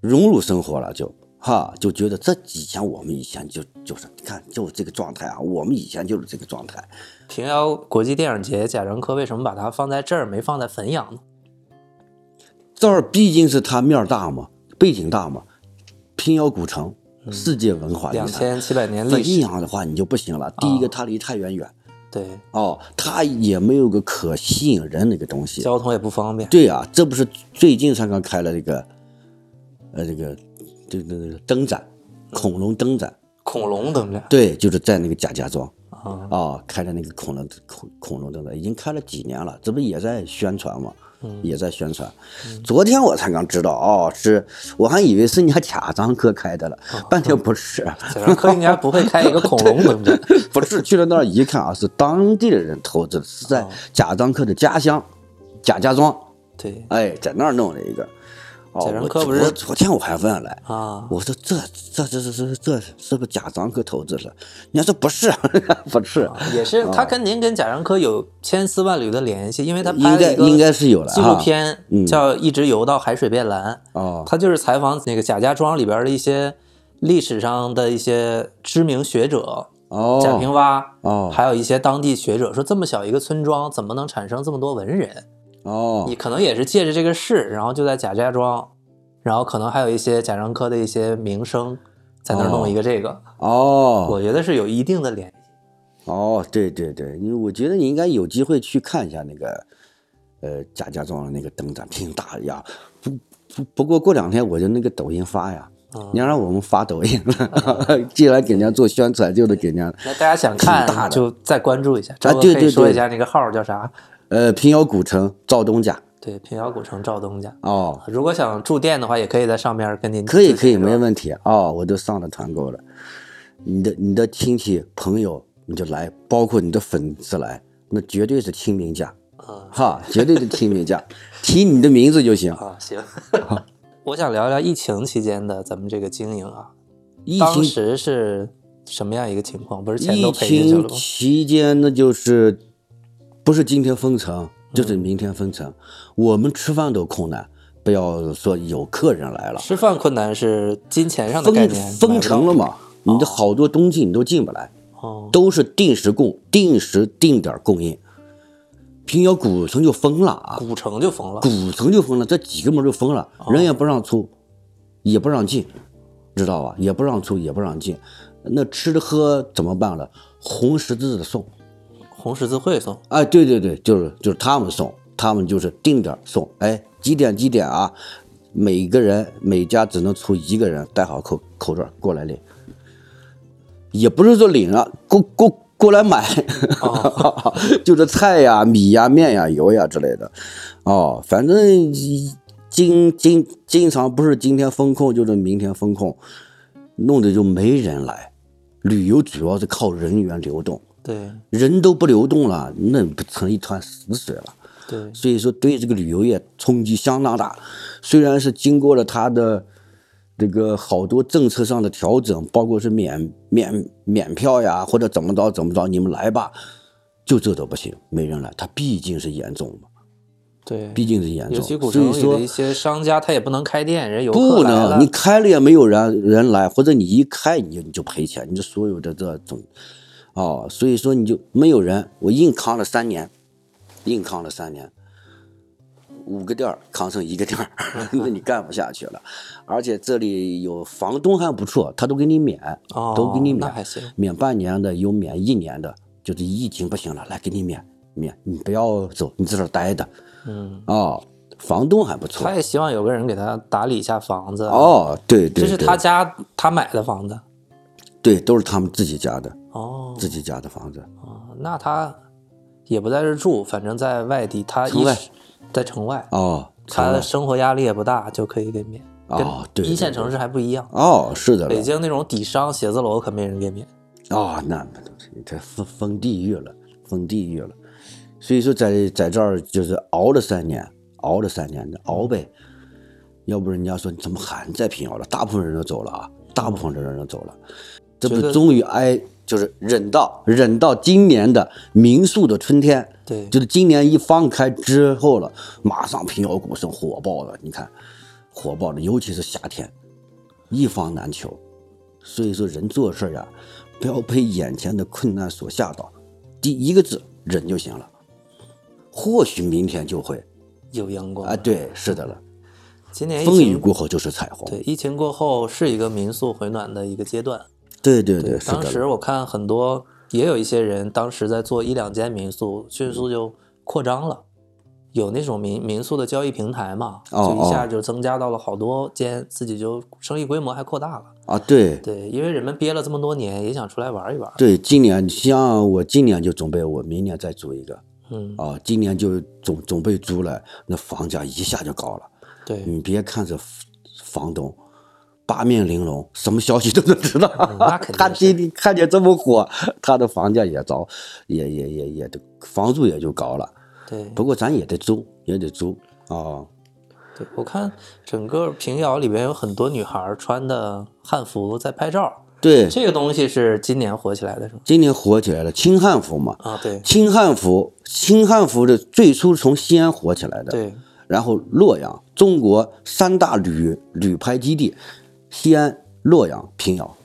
E: 融入生活了就，哈，就觉得这以前我们以前就就是你看就这个状态啊，我们以前就是这个状态，
D: 平遥国际电影节，贾樟柯为什么把它放在这儿，没放在汾阳呢？
E: 这儿毕竟是他面儿大嘛，背景大嘛，平遥古城，世界文化
D: 嗯
E: 遗
D: 两
E: 产。
D: 千七百年历
E: 哎汾
D: 史，啊
E: 阳的话你就不行了，第一个它离太原远。
D: 对，
E: 哦，它也没有个可吸引人的一个东西。
D: 交通也不方便。
E: 对啊，这不是最近才刚开了这个，呃，这个这个这个灯展，恐龙灯展，
D: 恐龙等着
E: 对，就是在那个贾家庄
D: 啊，
E: 啊开的那个恐龙恐恐龙灯展，已经开了几年了，这不也在宣传吗？
D: 嗯
E: 也在宣传。昨天我才刚知道哦，是我还以为是人家贾樟柯开的了，
D: 啊
E: 半天不是，
D: 贾樟柯应该不会开一 个恐龙等着。
E: 不是去了那儿一看啊，是当地的人投资的，是在
D: 嗯哦
E: 贾樟柯的家乡贾家庄，
D: 对
E: 哎，在那儿弄了一个。哦，
D: 贾樟
E: 我
D: 柯
E: 昨
D: 不是
E: 昨天我还问了，
D: 啊，
E: 我说这这这这这这是不是贾樟柯投资了？人家说不是， 不是，
D: 也
E: 啊
D: 是他跟您跟贾樟柯有千丝万缕的联系，因为他拍
E: 应
D: 了
E: 该
D: 一个
E: 应该是有了
D: 纪录
E: 哈
D: 片
E: 嗯
D: 叫《一直游到海水变蓝》，
E: 哦
D: 他就是采访那个贾家庄里边的一些历史上的一些知名学者，贾
E: 哦
D: 平凹，
E: 哦
D: 还有一些当地学者说，这么小一个村庄怎么能产生这么多文人？
E: 哦
D: 你可能也是借着这个事，然后就在贾家庄，然后可能还有一些贾樟柯的一些名声，在那儿弄一个这个，
E: 哦
D: 我觉得是有一定的联系。
E: 哦，对对对，因为我觉得你应该有机会去看一下那个，呃，贾家庄的那个灯展，挺大的呀。不不，不过过两天我就那个抖音发呀，
D: 啊
E: 你要让我们发抖音了， 既然给人家做宣传，就得给人家。
D: 那大家想
E: 挺大
D: 看
E: 的啊
D: 就再关注一下，赵哥可
E: 对对
D: 以说
E: 对
D: 一下那个号叫啥？
E: 呃，平遥古城赵东家
D: 对，平遥古城赵东家。
E: 哦，
D: 如果想住店的话，也可以在上面跟您
E: 可以可以，
D: 咨询
E: 没问题哦，我都上了团购了。你的你的亲戚朋友你就来，包括你的粉丝来，那绝对是亲民价，
D: 嗯
E: 哈，绝对是亲民价，提你的名字就行。
D: 啊，行。 我想聊聊疫情期间的咱们这个经营啊，
E: 疫
D: 当
E: 情
D: 时是什么样一个情况？不是钱
E: 疫
D: 都赔进去了
E: 情
D: 吗？
E: 期间，那就是不是今天封
D: 嗯
E: 城，就是明天封城，我们吃饭都困难，不要说有客人来了，
D: 吃饭困难是金钱上的概
E: 封
D: 念，
E: 封城了
D: 买哦
E: 嘛，你的好多东西你都进不来。
D: 不到？哦，
E: 都是定时供，定时定点供应。平遥古城就封了啊，
D: 古城就封了。
E: 古城就封了，这几个门就封了，
D: 哦
E: 人也不让出，也不让进，知道吧？也不让出，也不让进。那吃的喝怎么办了？红十字的送，
D: 红十字会送，
E: 哎，对对对，就是就是他们送，他们就是定点送，哎，几点几点啊？每个人每家只能出一个人，戴好口口罩过来领，也不是说领了，过过过来买， 就是菜呀、米呀、面呀、油呀之类的，哦，反正经经经常不是今天风控就是明天风控，弄得就没人来。旅游主要是靠人员流动，
D: 对
E: 人都不流动了，那不成一团死水了。
D: 对，
E: 所以说，对这个旅游业冲击相当大。虽然是经过了它的这个好多政策上的调整，包括是免免免票呀，或者怎么着怎么着，你们来吧，就这都不行，没人来。它毕竟是严重嘛，
D: 对，
E: 毕竟是严
D: 尤
E: 重
D: 其古，
E: 所
D: 城里
E: 以
D: 的
E: 说
D: 一些商家，他也不能开店，人游客
E: 不
D: 来了
E: 能，你开了也没有人人来，或者你一开你就你就赔钱，你这所有的这种，哦，所以说你就没有人，我硬扛了三年，硬扛了三年，五个店儿扛成一个店儿， 那你干不下去了。而且这里有房东还不错，他都给你免，
D: 哦
E: 都给你
D: 那
E: 免，
D: 还行，
E: 免半年的，有免一年的，就是疫情不行了，来给你免免，你不要走，你在这儿待着
D: 嗯，
E: 哦。房东还不错
D: 他也希望有个人给他打理一下房子。，
E: 哦，对对
D: 这
E: 对，
D: 是他家他买的房子。
E: 对，都是他们自己家的，
D: 哦，
E: 自己家的房子。
D: 哦那他也不在这儿住，反正在外地，他
E: 城
D: 一
E: 外
D: 是在城外，
E: 哦，
D: 他的
E: 成了
D: 生活压力也不大，就可以给免。
E: 哦
D: 跟
E: 对
D: 一线
E: 对
D: 城市还不一样。
E: 哦，是的了
D: 北京那种底商写字楼可没人给免。
E: 哦，那那都是这封封地狱了，封地狱了。所以说在在这儿就是熬了三年，熬了三年的熬呗，要不人家说你怎么还在平遥了？大部分人都走了啊，大部分的人都走了，这
D: 觉
E: 不
D: 得
E: 终于挨就是忍到忍到今年的民宿的春天，
D: 对，
E: 就是今年一放开之后了，马上平遥古城火爆了。你看，火爆了，尤其是夏天，一方难求。所以说，人做事呀、不要被眼前的困难所吓到，第一个字忍就行了。或许明天就会
D: 有阳光
E: 啊，对，是的了，
D: 今年疫
E: 风雨
D: 情
E: 过后就是彩虹。
D: 哎对，疫情过后是一个民宿回暖的一个阶段。
E: 对对对，是
D: 当
E: 的
D: 时
E: 了。
D: 我看很多，也有一些人当时在做一两间民宿，迅
E: 嗯
D: 速就扩张了。有那种民民宿的交易平台嘛，
E: 哦
D: 就一下
E: 哦
D: 就增加到了好多间，自己就生意规模还扩大了。
E: 啊，对
D: 对，因为人们憋了这么多年，也想出来玩一玩。
E: 对，今年像我今年就准备，我明年再租一个
D: 嗯，
E: 啊，今年就准准备租了，那房价一下就高了。
D: 对，
E: 你别看这房东八面玲珑，什么消息都能知道。
D: 那肯定是
E: 他今天 看见这么火，他的房价也着，也也也也得房租也就高了。
D: 对，
E: 不过咱也得租，也得租啊。
D: 对，我看整个平遥里边有很多女孩儿穿的汉服在拍照，
E: 对，
D: 这个东西是今年火起来的，是吗？
E: 今年火起来了，清汉服嘛。
D: 啊，对，
E: 清汉服，清汉服的最初从西安火起来的。
D: 对，
E: 然后洛阳，中国三大旅旅拍基地，西安、洛阳、平遥，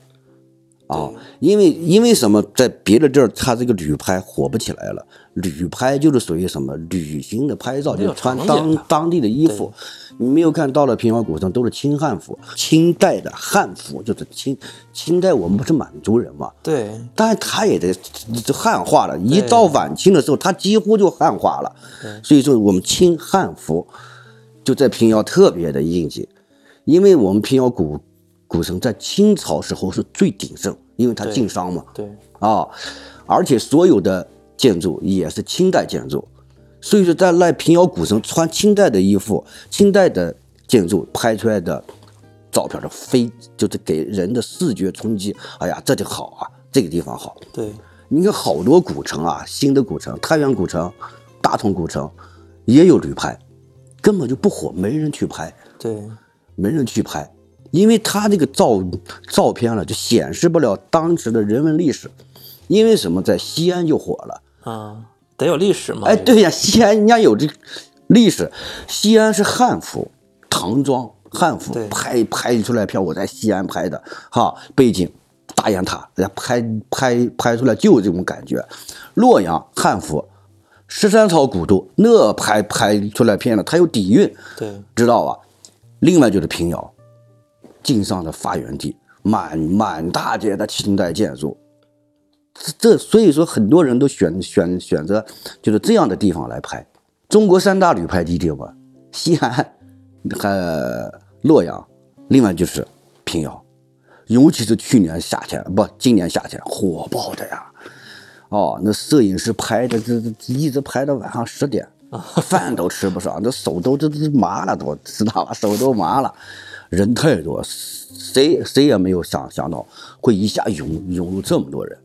E: 啊，因为因为什么，在别的地儿它这个旅拍火不起来了。旅拍就是属于什么旅行的拍照，
D: 没有
E: 就穿
D: 场景
E: 当
D: 的
E: 当地的衣服。你没有看到了平遥古城都是清汉服，清代的汉服就是清清代我们不是满族人嘛，
D: 对，
E: 但是他也得这汉化了，一
D: 对
E: 到晚清的时候，他几乎就汉化了。所以说，我们清汉服就在平遥特别的应景，因为我们平遥古古城在清朝时候是最鼎盛，因为它
D: 对
E: 经商嘛，
D: 对，
E: 啊，而且所有的建筑也是清代建筑，所以说在来平遥古城穿清代的衣服、清代的建筑拍出来的照片是非就是给人的视觉冲击，哎呀，这就好啊，这个地方好。
D: 对，
E: 你看好多古城啊，新的古城、太原古城、大同古城也有旅拍，根本就不火，没人去拍，
D: 对，
E: 没人去拍，因为他这个照照片了就显示不了当时的人文历史。因为什么，在西安就火了。
D: 嗯，得有历史嘛。
E: 哎，对呀，西安人家有这历史，西安是汉服、唐装、汉服
D: 对
E: 拍拍出来片，我在西安拍的哈，背景大雁塔，人家拍拍拍出来就有这种感觉。洛阳汉服，十三朝古都，那拍拍出来片了，它有底蕴，
D: 对
E: 知道吧？另外就是平遥，晋商的发源地，满满大街的清代建筑，这这所以说很多人都选选选择就是这样的地方来拍。中国三大旅拍基地吧，西安、还洛阳，另外就是平遥，尤其是去年夏天不，今年夏天火爆的呀。哦，那摄影师拍的这这一直拍到晚上十点，饭都吃不上，这手都这这麻了都，知道吧？手都麻了，人太多，谁谁也没有想想到会一下涌涌入这么多人，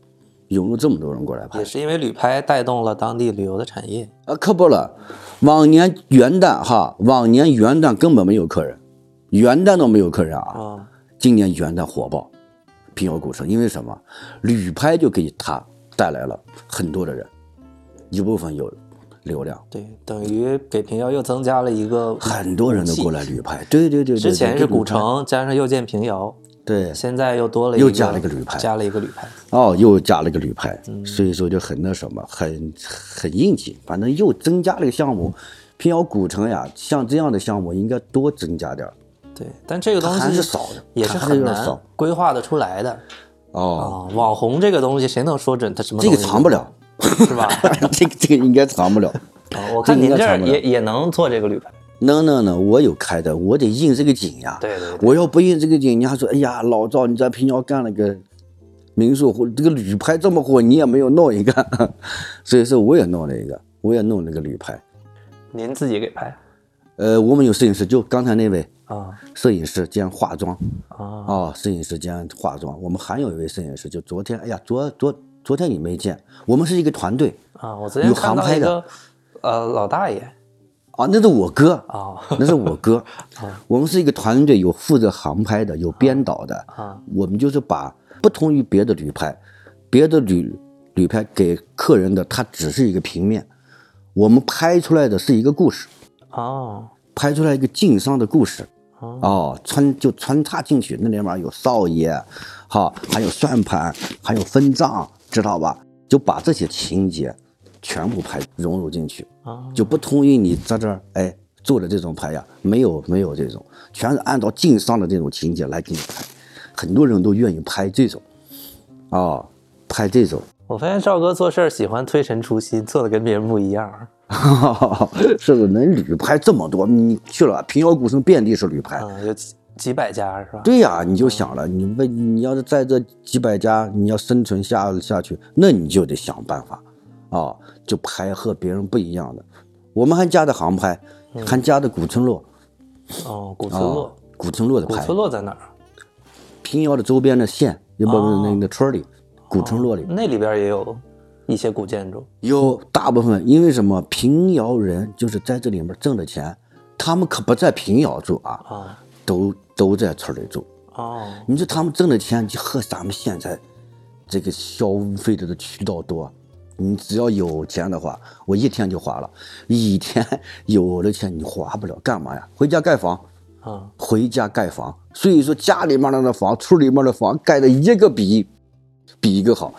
E: 涌入这么多人过来拍
D: 也。是因为旅拍带动了当地旅游的产业。
E: 啊，可不了，往年元旦哈，往年元旦根本没有客人，元旦都没有客人啊。
D: 啊，
E: 今年元旦火爆，平遥古城，因为什么？旅拍就给他带来了很多的人，一部分有流量，
D: 对，等于给平遥又增加了一个。
E: 很多人都过来旅拍。对对对对，
D: 之前
E: 对
D: 是古，城，加上又见平遥，
E: 对
D: 现在又多了
E: 又加了一个旅拍
D: 加了一个旅拍。
E: 哦，又加了个旅拍，所以说就很那什么，很很应景。反正又增加了个项目，平遥古城呀，像这样的项目应该多增加点儿。
D: 对，但这个东
E: 它还
D: 西
E: 是少的
D: 也
E: 它
D: 是
E: 还
D: 很
E: 有点
D: 难
E: 少
D: 规划的出来的
E: 哦，
D: 啊。网红这个东西，谁能说准他什么
E: 这
D: 东
E: 个
D: 西？
E: 藏不了，
D: 是吧？
E: 这个这个应该藏不了。
D: 啊我看
E: 这个应
D: 您
E: 该
D: 这儿
E: 藏不了
D: 也也能做这个旅拍。
E: 能能能，我有开的，我得应这个景呀。
D: 对对对
E: 我要不应这个景，人家说，哎呀，老赵你在平遥干了个民宿，或这个旅拍这么火，你也没有弄一个， 所以说我也弄了一个，我也弄了个旅拍。
D: 您自己给拍
E: 呃，我们有摄影师，就刚才那位
D: 啊
E: 摄影师兼化妆
D: 啊
E: 啊、摄影师兼化妆。我们还有一位摄影师，就昨天，哎呀，昨昨昨天你没见，我们是一个团队
D: 啊！我昨天
E: 有
D: 看
E: 航
D: 到
E: 拍
D: 一
E: 的
D: 个呃老大爷
E: 啊，那是我哥
D: 啊
E: 那是我哥。 我们是一个团队，有负责航拍的，有编导的。
D: 啊
E: 我们就是把不同于别的旅拍，别的旅旅拍给客人的，它只是一个平面，我们拍出来的是一个故事，
D: 哦
E: 拍出来一个晋商的故事。
D: 哦
E: 哦，穿就穿插进去，那里面有少爷，哈，还有算盘，还有分账，知道吧？就把这些情节全部拍融入进去。
D: 啊
E: 就不同于你在这儿哎做的这种牌呀，没有没有这种，全是按照晋商的这种情节来给你拍，很多人都愿意拍这种，啊、拍这种，
D: 我发现赵哥做事儿喜欢推陈出新，做的跟别人不一样。
E: 是不是能旅拍这么多？你去了平遥古城遍地是旅拍，
D: 嗯，有几几百家是吧？
E: 对呀、你就想了，你为你要是在这几百家，你要生存下下去，那你就得想办法，啊，就拍和别人不一样的。我们还加的航拍，还加的古村落，
D: 哦，嗯古
E: 啊、
D: 村落，
E: 古村落的
D: 古
E: 拍，
D: 村落在哪儿？
E: 平遥的周边的县，也不是
D: 哦
E: 那个村儿里，古村落里
D: 那里边也有一些古建筑。
E: 有大部分，因为什么？平遥人就是在这里面挣的钱，他们可不在平遥住啊，
D: 啊
E: 都都在村里住。
D: 哦，
E: 你说他们挣的钱，就和咱们现在这个消费的渠道多。你只要有钱的话，我一天就花了，一天有了钱你花不了，干嘛呀？回家盖房，
D: 啊
E: 回家盖房。所以说家里面的那房，村里面的房盖的一个比比一个好。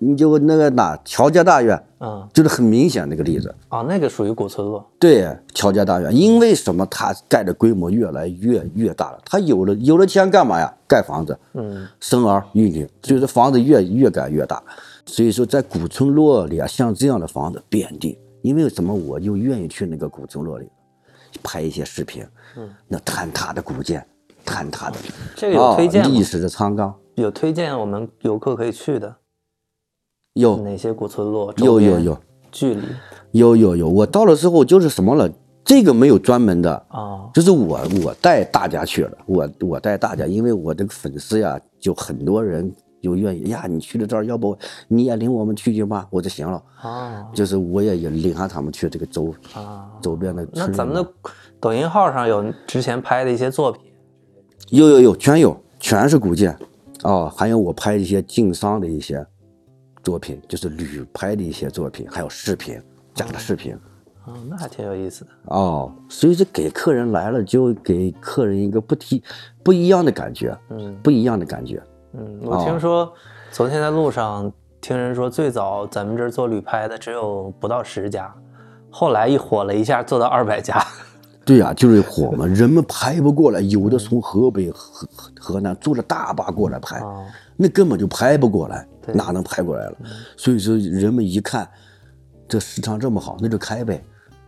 E: 你就那个哪，乔家大院
D: 嗯，
E: 就是很明显那个例子。
D: 哦，那个属于古村落，
E: 对，乔家大院，因为什么？它盖的规模越来越越大了。它有了有了钱干嘛呀？盖房子，
D: 嗯，
E: 生儿育女，就是房子越越盖越大。所以说，在古村落里啊，像这样的房子遍地。因为什么？我就愿意去那个古村落里拍一些视频，嗯，那坍塌的古建，坍塌的
D: 这个有推荐
E: 啊
D: 吗
E: 历史的沧冈，
D: 有推荐我们游客可以去的
E: 有
D: 哪些古村落？周
E: 哦有有
D: 边
E: 有
D: 距离
E: 有有有。我到了之后就是什么了？这个没有专门的
D: 哦，
E: 就是我我带大家去了，我我带大家，因为我这个粉丝呀，就很多人就愿意呀，你去了这儿，要不你也领我们去去吧？我说行了，
D: 哦
E: 就是我也也领上他们去这个周
D: 啊，
E: 周边的
D: 那
E: 村
D: 咱们
E: 落
D: 的抖音号上有之前拍的一些作品，
E: 有有有全有，全是古建，哦，还有我拍一些晋商的一些作品，就是旅拍的一些作品，还有视频假的视频。
D: 嗯，那还挺有意思的。
E: 哦，所以这给客人来了，就给客人一个不提不一样的感觉，
D: 嗯
E: 不一样的感觉。
D: 嗯，我
E: 哦
D: 听说、昨天在路上听人说，最早咱们这儿做旅拍的只有不到十家，后来一火了一下做到二百 家。
E: 对呀、就是火嘛，人们拍不过来，有的从河北、河河河南坐着大巴过来拍，
D: 哦，
E: 那根本就拍不过来，
D: 对嗯
E: 哪能拍过来了？所以说，人们一看这市场这么好，那就开呗，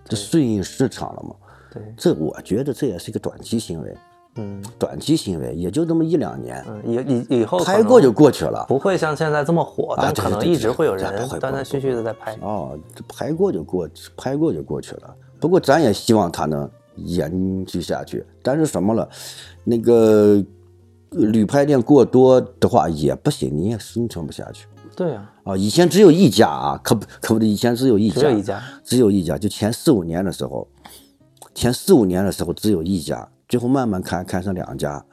E: 这顺应市场了嘛。
D: 对，
E: 这我觉得这也是一个短期行为，
D: 嗯
E: 短期行为也就这么一两年，
D: 嗯，以以以后可
E: 拍过
D: 能
E: 就过去了。
D: 不会像现在这么火，但
E: 对
D: 可能
E: 对
D: 一
E: 对
D: 直会有
E: 对不
D: 人
E: 会
D: 断断
E: 不会
D: 续续的在拍。
E: 哦，这拍过就过，拍过就过去了。不过咱也希望它能延续下去。但是什么了，那个呃旅拍店过多的话也不行，你也生存不下去
D: 对呀、
E: 啊。以前只有一家啊，可不可不得，以前只有一家，
D: 只有一家，
E: 只有一家。就前四五年的时候，前四五年的时候只有一家，最后慢慢开开成两家。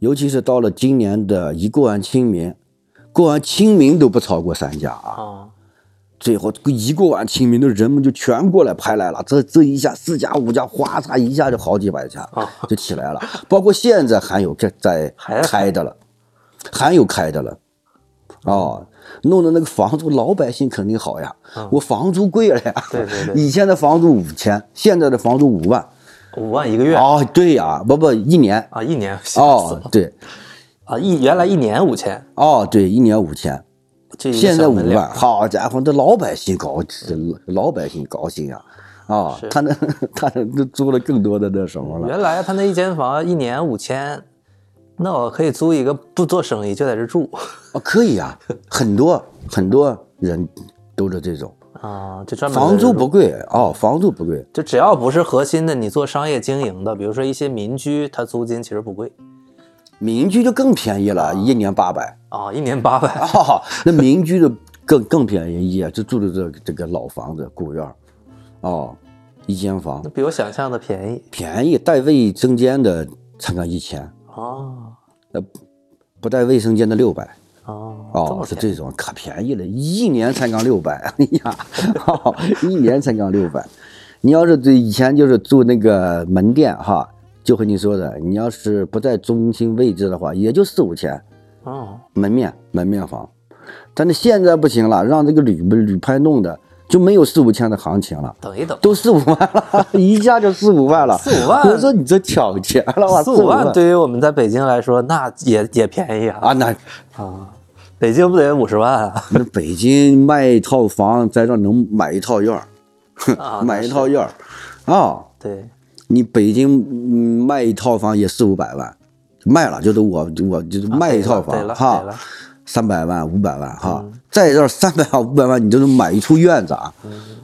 E: 尤其是到了今年的一过完清明，过完清明都不超过三家啊。
D: 哦，
E: 最后一过完清明，的人们就全过来拍来了。这这一下四家五家，哗嚓一下就好几百家
D: 啊
E: 就起来了。包括现在还有这在
D: 还
E: 开的了，还有开的了。哦，弄得那个房租，老百姓肯定好呀。我房租贵了呀，
D: 嗯对对对
E: 以前的房租五千，现在的房租五万。
D: 五万一个月、
E: 哦，对呀、不不，一年。
D: 啊，一年吓死
E: 哦
D: 了，
E: 对，
D: 啊，一原来一年五千，
E: 哦对，一年五千，
D: 这一个
E: 现在
D: 小
E: 五
D: 门脸
E: 万，好家伙，这老百姓高，这老百姓高兴呀、啊！
D: 是
E: 他那他那租了更多的那什么了。
D: 原来他那一间房一年五千，那我可以租一个不做生意就在这住
E: 哦，可以啊，很多很多人都是这种，
D: 啊，就专门在这
E: 房
D: 住
E: 租不贵哦，房租不贵。
D: 就只要不是核心的，你做商业经营的，比如说一些民居，它租金其实不贵
E: 民居就更便宜了，一年八百
D: 啊，一年八百
E: 哦，那民居的更更便宜，也是住的这这个老房子古院儿哦，一间房
D: 那比我想象的便宜
E: 便宜，带卫生间的才刚一千，
D: 哦
E: 不带卫生间的六百。
D: 哦这
E: 哦，
D: 么
E: 是
D: 便宜
E: 这种可便宜了，一年才刚六百，哎呀，哦一年才刚六百。你要是对以前就是住那个门店哈，就和你说的，你要是不在中心位置的话，也就四五千
D: 哦
E: 门面门面房。但是现在不行了，让这个旅旅拍弄的就没有四五千的行情了，
D: 等一等，
E: 都四五万了， 一下就四五万了。
D: 四五万
E: 我说你这抢钱了吧？
D: 四
E: 四
D: 五
E: 啊万
D: 万对于我们在北京来说，那也也便宜啊
E: 啊，那
D: 啊，北京不得五十万啊？
E: 那北京卖一套房，在这儿能买一套院儿，
D: 啊
E: 买一套院儿，啊、
D: 对，
E: 你北京嗯卖一套房也四五百万，卖了就是我我就是
D: 啊
E: 卖一套
D: 对
E: 房、
D: 了对了嗯
E: 哈，三百万五百万哈，在这儿三百万五百万你都能买一处院子啊，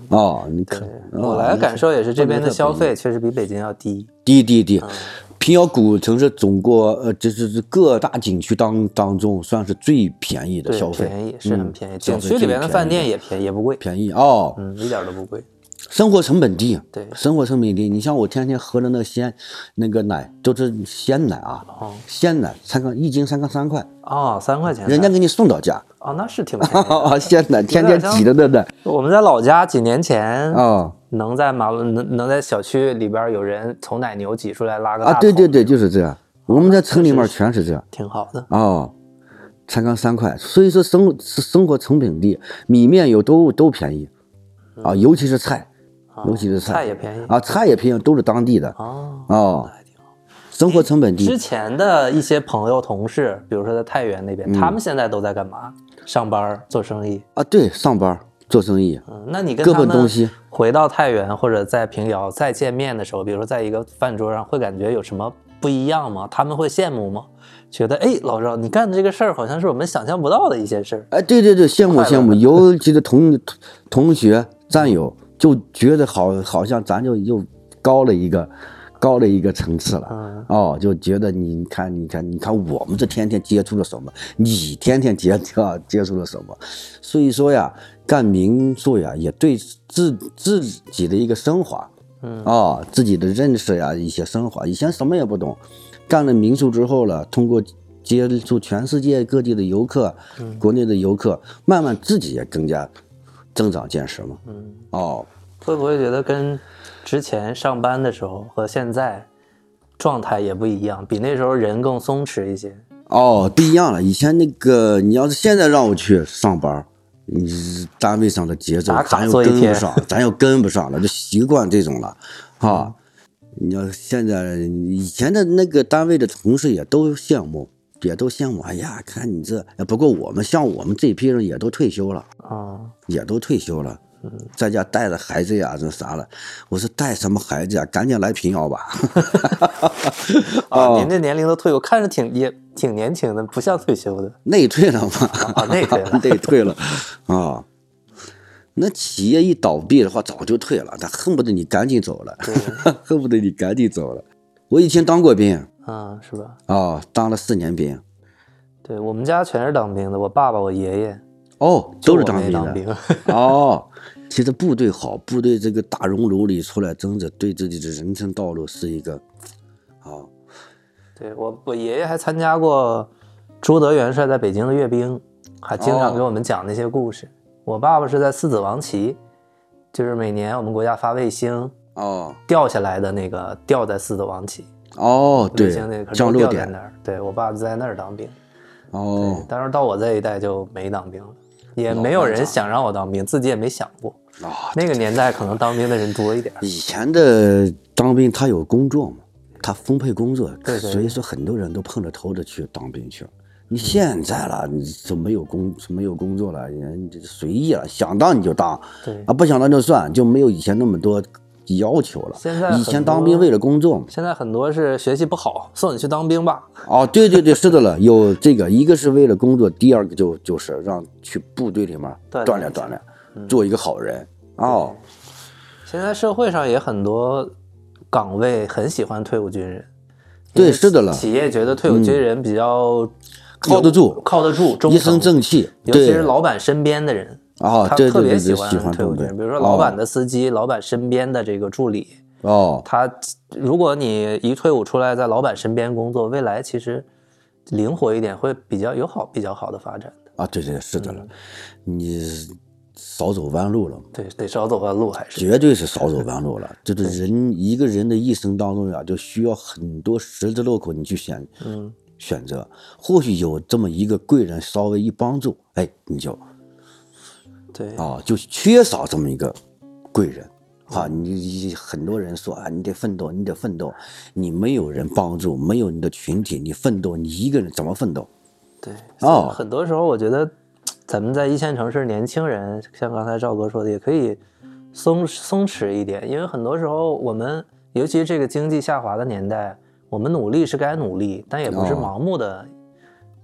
E: 哦，你
D: 嗯对
E: 看
D: 了，对我来的感受也是这边的消费确实比北京要低，
E: 低低
D: 嗯
E: 低，平遥古城是中国呃，这是是各大景区当当中算是最便宜的
D: 对，
E: 消费，
D: 便宜是很
E: 嗯
D: 便宜，
E: 消
D: 景
E: 费
D: 区里
E: 最
D: 边的
E: 便
D: 饭
E: 宜
D: 店也便宜，也不贵，
E: 便宜哦，
D: 嗯，一点儿都不贵。
E: 生活成本低，啊
D: 对
E: 生活成本低。你像我天天喝的那鲜，那个奶都是鲜奶啊，
D: 哦
E: 鲜奶三个一斤三个三块，
D: 哦，三块钱的，
E: 人家给你送到家。
D: 哦，那是挺便 宜的。
E: 啊，鲜奶天天挤的那奶
D: 我们在老家几年前，
E: 啊
D: 能在马路能能在小区里边有人从奶牛挤出来拉个大
E: 啊，
D: 桶
E: 对对，对，就是这样。我们在城里面全是这样
D: 挺好的。
E: 啊，才刚三块，所以说生活生活成本低，米面油都都便宜，啊，尤其是菜，尤其是菜
D: 嗯啊菜也便宜
E: 啊，菜也便宜，都是当地的
D: 哦，
E: 哦，生活成本低
D: 之。前的一些朋友、同事，比如说在太原那
E: 嗯
D: 边，他们现在都在干嘛？上班儿、做生意。
E: 啊，对，上班儿做生意，
D: 嗯，那你跟
E: 各
D: 他
E: 奔
D: 们
E: 东西
D: 回到太原或者在平遥再见面的时候，比如说在一个饭桌上，会感觉有什么不一样吗？他们会羡慕吗？觉得哎，老赵，你干的这个事儿好像是我们想象不到的一些事儿。
E: 哎，对对对，羡慕
D: 快乐
E: 羡慕，尤其是同同同学战友，就觉得好，好像咱就又高了一个，高了一个层次了。
D: 嗯
E: 哦，就觉得你看，你看，你看，我们这天天接触了什么？你天天接触啊接触了什么？所以说呀，干民宿呀，也对自自己的一个升华，
D: 嗯
E: 啊，自己的认识呀，一些升华。以前什么也不懂，干了民宿之后了，通过接触全世界各地的游客，
D: 嗯
E: 国内的游客，慢慢自己也更加增长见识嘛。
D: 嗯，
E: 哦，
D: 会不会觉得跟之前上班的时候和现在状态也不一样，比那时候人更松弛一些？
E: 哦，不一样了。以前那个，你要是现在让我去上班，你单位上的节奏
D: 打卡
E: 咱又
D: 做一
E: 跟不
D: 天
E: 上，咱又跟不上了，就习惯这种 了，哈。
D: 嗯
E: 你要现在以前的那个单位的同事也都羡慕，也都羡慕。哎呀，看你这，哎不过我们像我们这批人也都退休了，
D: 啊、
E: 也都退休了，在家带着孩子呀，这啥了？我说带什么孩子呀？赶紧来平遥 吧。
D: 啊，
E: 哦
D: 您这年龄都退，我看着挺也挺年轻的，不像退休的。
E: 内退了嘛？
D: 啊内退了
E: 内退了啊。那企业一倒闭的话，早就退了，他恨不得你赶紧走了， 恨不得你赶紧走了。我以前当过兵
D: 嗯，是吧？
E: 啊，当了四年兵，
D: 对我们家全是当兵的，我爸爸、我爷爷
E: 哦，
D: 就
E: 都是
D: 我没
E: 兵
D: 当
E: 的。
D: 兵。
E: 哦，其实部队好，部队这个大熔炉里出来，真的对自己的人生道路是一个啊，
D: 对我，我爷爷还参加过朱德元帅在北京的阅兵，还经常
E: 哦
D: 给我们讲那些故事。我爸爸是在四子王旗，就是每年我们国家发卫星
E: 哦
D: 掉下来的那个掉在四子王旗，
E: 哦，
D: 卫
E: 对
D: 星那个，
E: 降
D: 都
E: 落
D: 掉在
E: 点
D: 那儿。对我爸就在那儿当兵，
E: 哦
D: 对，但是到我这一代就没当兵了，也没有人想让我当兵，自己也没想过。
E: 啊，
D: 那个年代可能当兵的人多一点儿。
E: 以前的当兵他有工作嘛，他分配工作，
D: 对对
E: 所以说很多人都碰着头的去当兵去了。你现在了，你就没有工没有工作了，人就随意了，想当你就当
D: 对
E: 啊，不想当就算，就没有以前那么多要求了。
D: 现在
E: 以前
D: 很多
E: 当兵为了工作嘛，
D: 现在很多是学习不好，送你去当兵吧。
E: 哦，对对对，是的了，有这个，一个是为了工作，第二个就就是让去部队里面
D: 锻
E: 锻炼
D: 炼嗯
E: 锻炼，做一个好人。哦，
D: 现在社会上也很多岗位很喜欢退伍军人，
E: 对
D: 因为
E: 是的了嗯
D: 企业觉得退伍军人比较
E: 靠得住
D: 有靠得住，忠
E: 一身
D: 诚，
E: 正气，
D: 尤其
E: 对
D: 是老板身边的人，
E: 哦
D: 他
E: 对对
D: 特别
E: 对
D: 喜
E: 对喜
D: 欢
E: 欢
D: 退伍
E: 部
D: 军
E: 队
D: 人，比如说老板
E: 哦
D: 的司机、老板身边的这个助理，
E: 哦，
D: 他如果你一退伍出来，在老板身边工作，未来其实灵活一点会比较有好比较好的发展的。
E: 啊，对对，是
D: 嗯
E: 的了，你少走弯路了，
D: 对，得少走弯路还是。
E: 绝对是少走弯路了。就是人一个人的一生当中呀，就需要很多十字路口你去选，
D: 嗯，
E: 选择，或许有这么一个贵人稍微一帮助，哎，你就
D: 对，
E: 啊，就缺少这么一个贵人。啊，你你很多人说啊，你得奋斗，你得奋斗，你没有人帮助，没有你的群体，你奋斗，你一个人怎么奋斗？
D: 对，
E: 哦
D: 所以很多时候我觉得，咱们在一线城市，年轻人像刚才赵哥说的，也可以松松弛一点，因为很多时候我们，尤其这个经济下滑的年代，我们努力是该努力，但也不是
E: 哦
D: 盲目的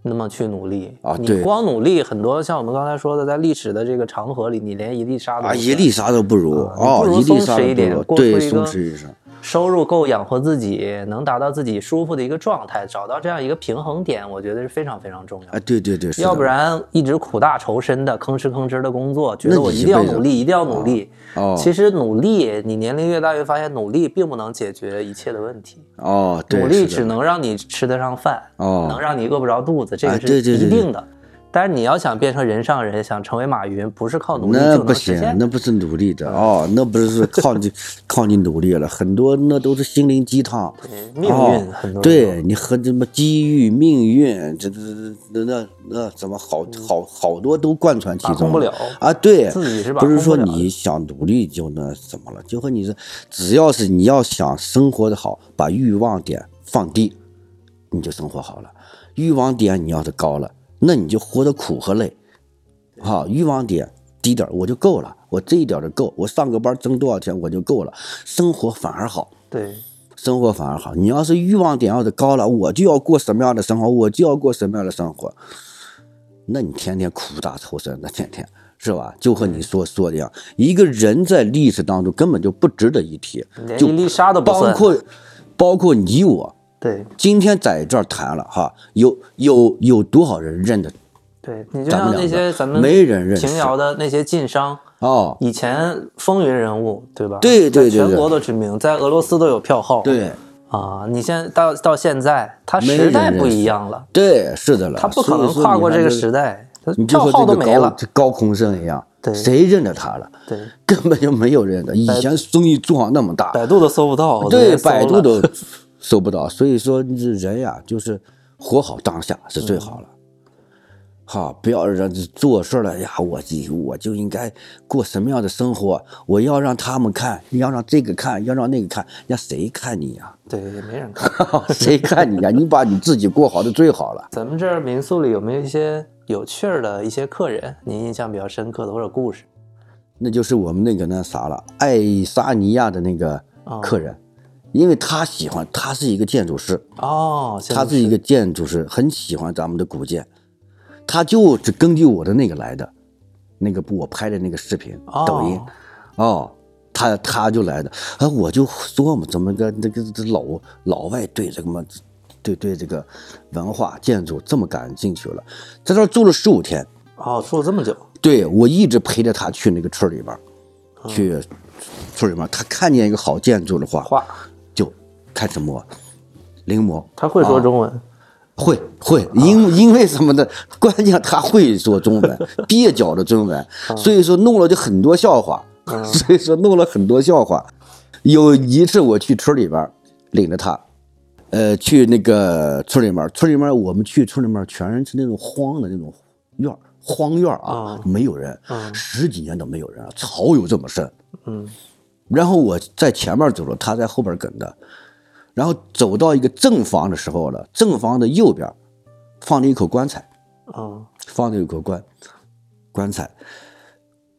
D: 那么去努力
E: 啊
D: 你
E: 对
D: 光努力，很多像我们刚才说的，在历史的这个长河里，你连一粒沙都
E: 啊，
D: 不
E: 一
D: 算
E: 粒沙都不如
D: 啊
E: 啊，
D: 你不如
E: 一粒
D: 松
E: 沙
D: 弛一点
E: 都不如，
D: 过出
E: 对，
D: 一
E: 松
D: 个
E: 弛一生。
D: 收入够养活自己，能达到自己舒服的一个状态，找到这样一个平衡点，我觉得是非常非常重要的
E: 啊，对对对，是
D: 要
E: 的
D: 不然一直苦大仇深的吭哧吭哧的工作，觉
E: 那
D: 得
E: 你
D: 我
E: 一
D: 一定要
E: 辈子啊
D: 努力，一定要努力。
E: 哦
D: 其实努力，你年龄越大越发现，努力并不能解决一切的问题，
E: 哦，对，
D: 努力
E: 是
D: 只
E: 的
D: 能让你吃得上饭，
E: 哦
D: 能让你饿不着肚子，这
E: 哎
D: 个是
E: 对对对
D: 一
E: 对
D: 定的。但是你要想变成人上人，想成为马云，不是靠努力
E: 那
D: 就
E: 不
D: 能实
E: 行
D: 现，的。嗯
E: 那不是努力的哦，那不是靠你 靠你努力了，很多那都是心灵鸡汤。
D: 对命运
E: 哦
D: 很多人
E: 对你和什么机遇、命运，这这这那那那怎么好好好多都贯穿
D: 嗯
E: 其
D: 把控
E: 中
D: 不
E: 的
D: 了
E: 啊？对，
D: 自己是把
E: 不是
D: 控
E: 说
D: 不了的
E: 你想努力就那什么了，就和你是，只要是你要想生活的好，把欲望点放低，你就生活好了；欲望点你要是高了，那你就活得苦和累。好，欲望点低点儿我就够了，我这一点儿就够，我上个班挣多少钱我就够了，生活反而好。
D: 对，
E: 生活反而好。你要是欲望点要是高了，我就要过什么样的生活，我就要过什么样的生活，那你天天苦大仇深的，天天是吧？就和
D: 嗯
E: 你说说的一样，一个人在历史当中根本就不值得一提，
D: 连
E: 就
D: 一粒沙都不
E: 包
D: 算。
E: 括包括你我
D: 对
E: 今天在这儿谈了哈，有有有多少人认得
D: 对，你就
E: 咱
D: 像
E: 们
D: 那
E: 两
D: 些
E: 个？
D: 咱们
E: 没人认识
D: 平遥的那些晋商，
E: 哦，
D: 以前风云人物，对吧？
E: 对对
D: 嗯在
E: 对
D: 全
E: 对
D: 国都知名，在俄罗斯都有票号。
E: 对
D: 啊，你现在到到现在，他
E: 没
D: 时代
E: 人
D: 不
E: 认
D: 一
E: 识
D: 样了，
E: 对，是的了，
D: 他不可
E: 啊所以
D: 能
E: 说
D: 跨
E: 你
D: 过
E: 看
D: 这个
E: 是
D: 时代，他
E: 你就
D: 票
E: 和
D: 号
E: 这
D: 都
E: 个
D: 没
E: 高
D: 了。
E: 这高空生一样，
D: 对
E: 谁认得他了？
D: 对，
E: 根本就没有认得。以前生意做好那么大，
D: 百度都搜不到，我昨
E: 对
D: 天搜
E: 百度
D: 了
E: 都 搜不到。所以说，这人呀，就是活好当下是最好了。好，不要让这做事了呀！我就我就应该过什么样的生活？我要让他们看，要让这个看，要让那个看，让谁看你呀、
D: 对，也没人看。
E: 谁看你呀、你把你自己过好的最好了。
D: 咱们这儿民宿里有没有一些有趣儿的一些客人，您印象比较深刻的或者故事？
E: 那就是我们那个那啥了，爱沙尼亚的那个客人，因为他喜欢，他是一个建筑师，
D: 哦，现在
E: 他是一个建筑师，很喜欢咱们的古建，他就是根据我的那个来的，那个我拍的那个视频、
D: 哦
E: 抖音，哦，他他就来的，啊，我就说嘛，怎么个这个这老老外对这个嘛，对对这个文化建筑这么感兴趣了，在这儿住了十五天，
D: 哦，住了这么久，
E: 对我一直陪着他去那个村里边儿，去村里边儿，他看见一个好建筑的话，
D: 话
E: 就开始摸，临摹。
D: 他会说
E: 啊
D: 中文，
E: 会会，因因为 什么呢？关键他会说中文，蹩脚的中文，所以说弄了就很多笑话，所以说弄了很多笑话。有一次我去村里边儿，领着他，呃，去那个村里面儿，村里面儿我们去村里面儿全是那种荒的那种院儿荒院儿啊，没有人，十几年都没有人了，草有这么深，
D: 嗯，
E: 然后我在前面走了，他在后边跟着，然后走到一个正房的时候了，正房的右边放着一口棺材，
D: 嗯，
E: 放着一口棺棺材。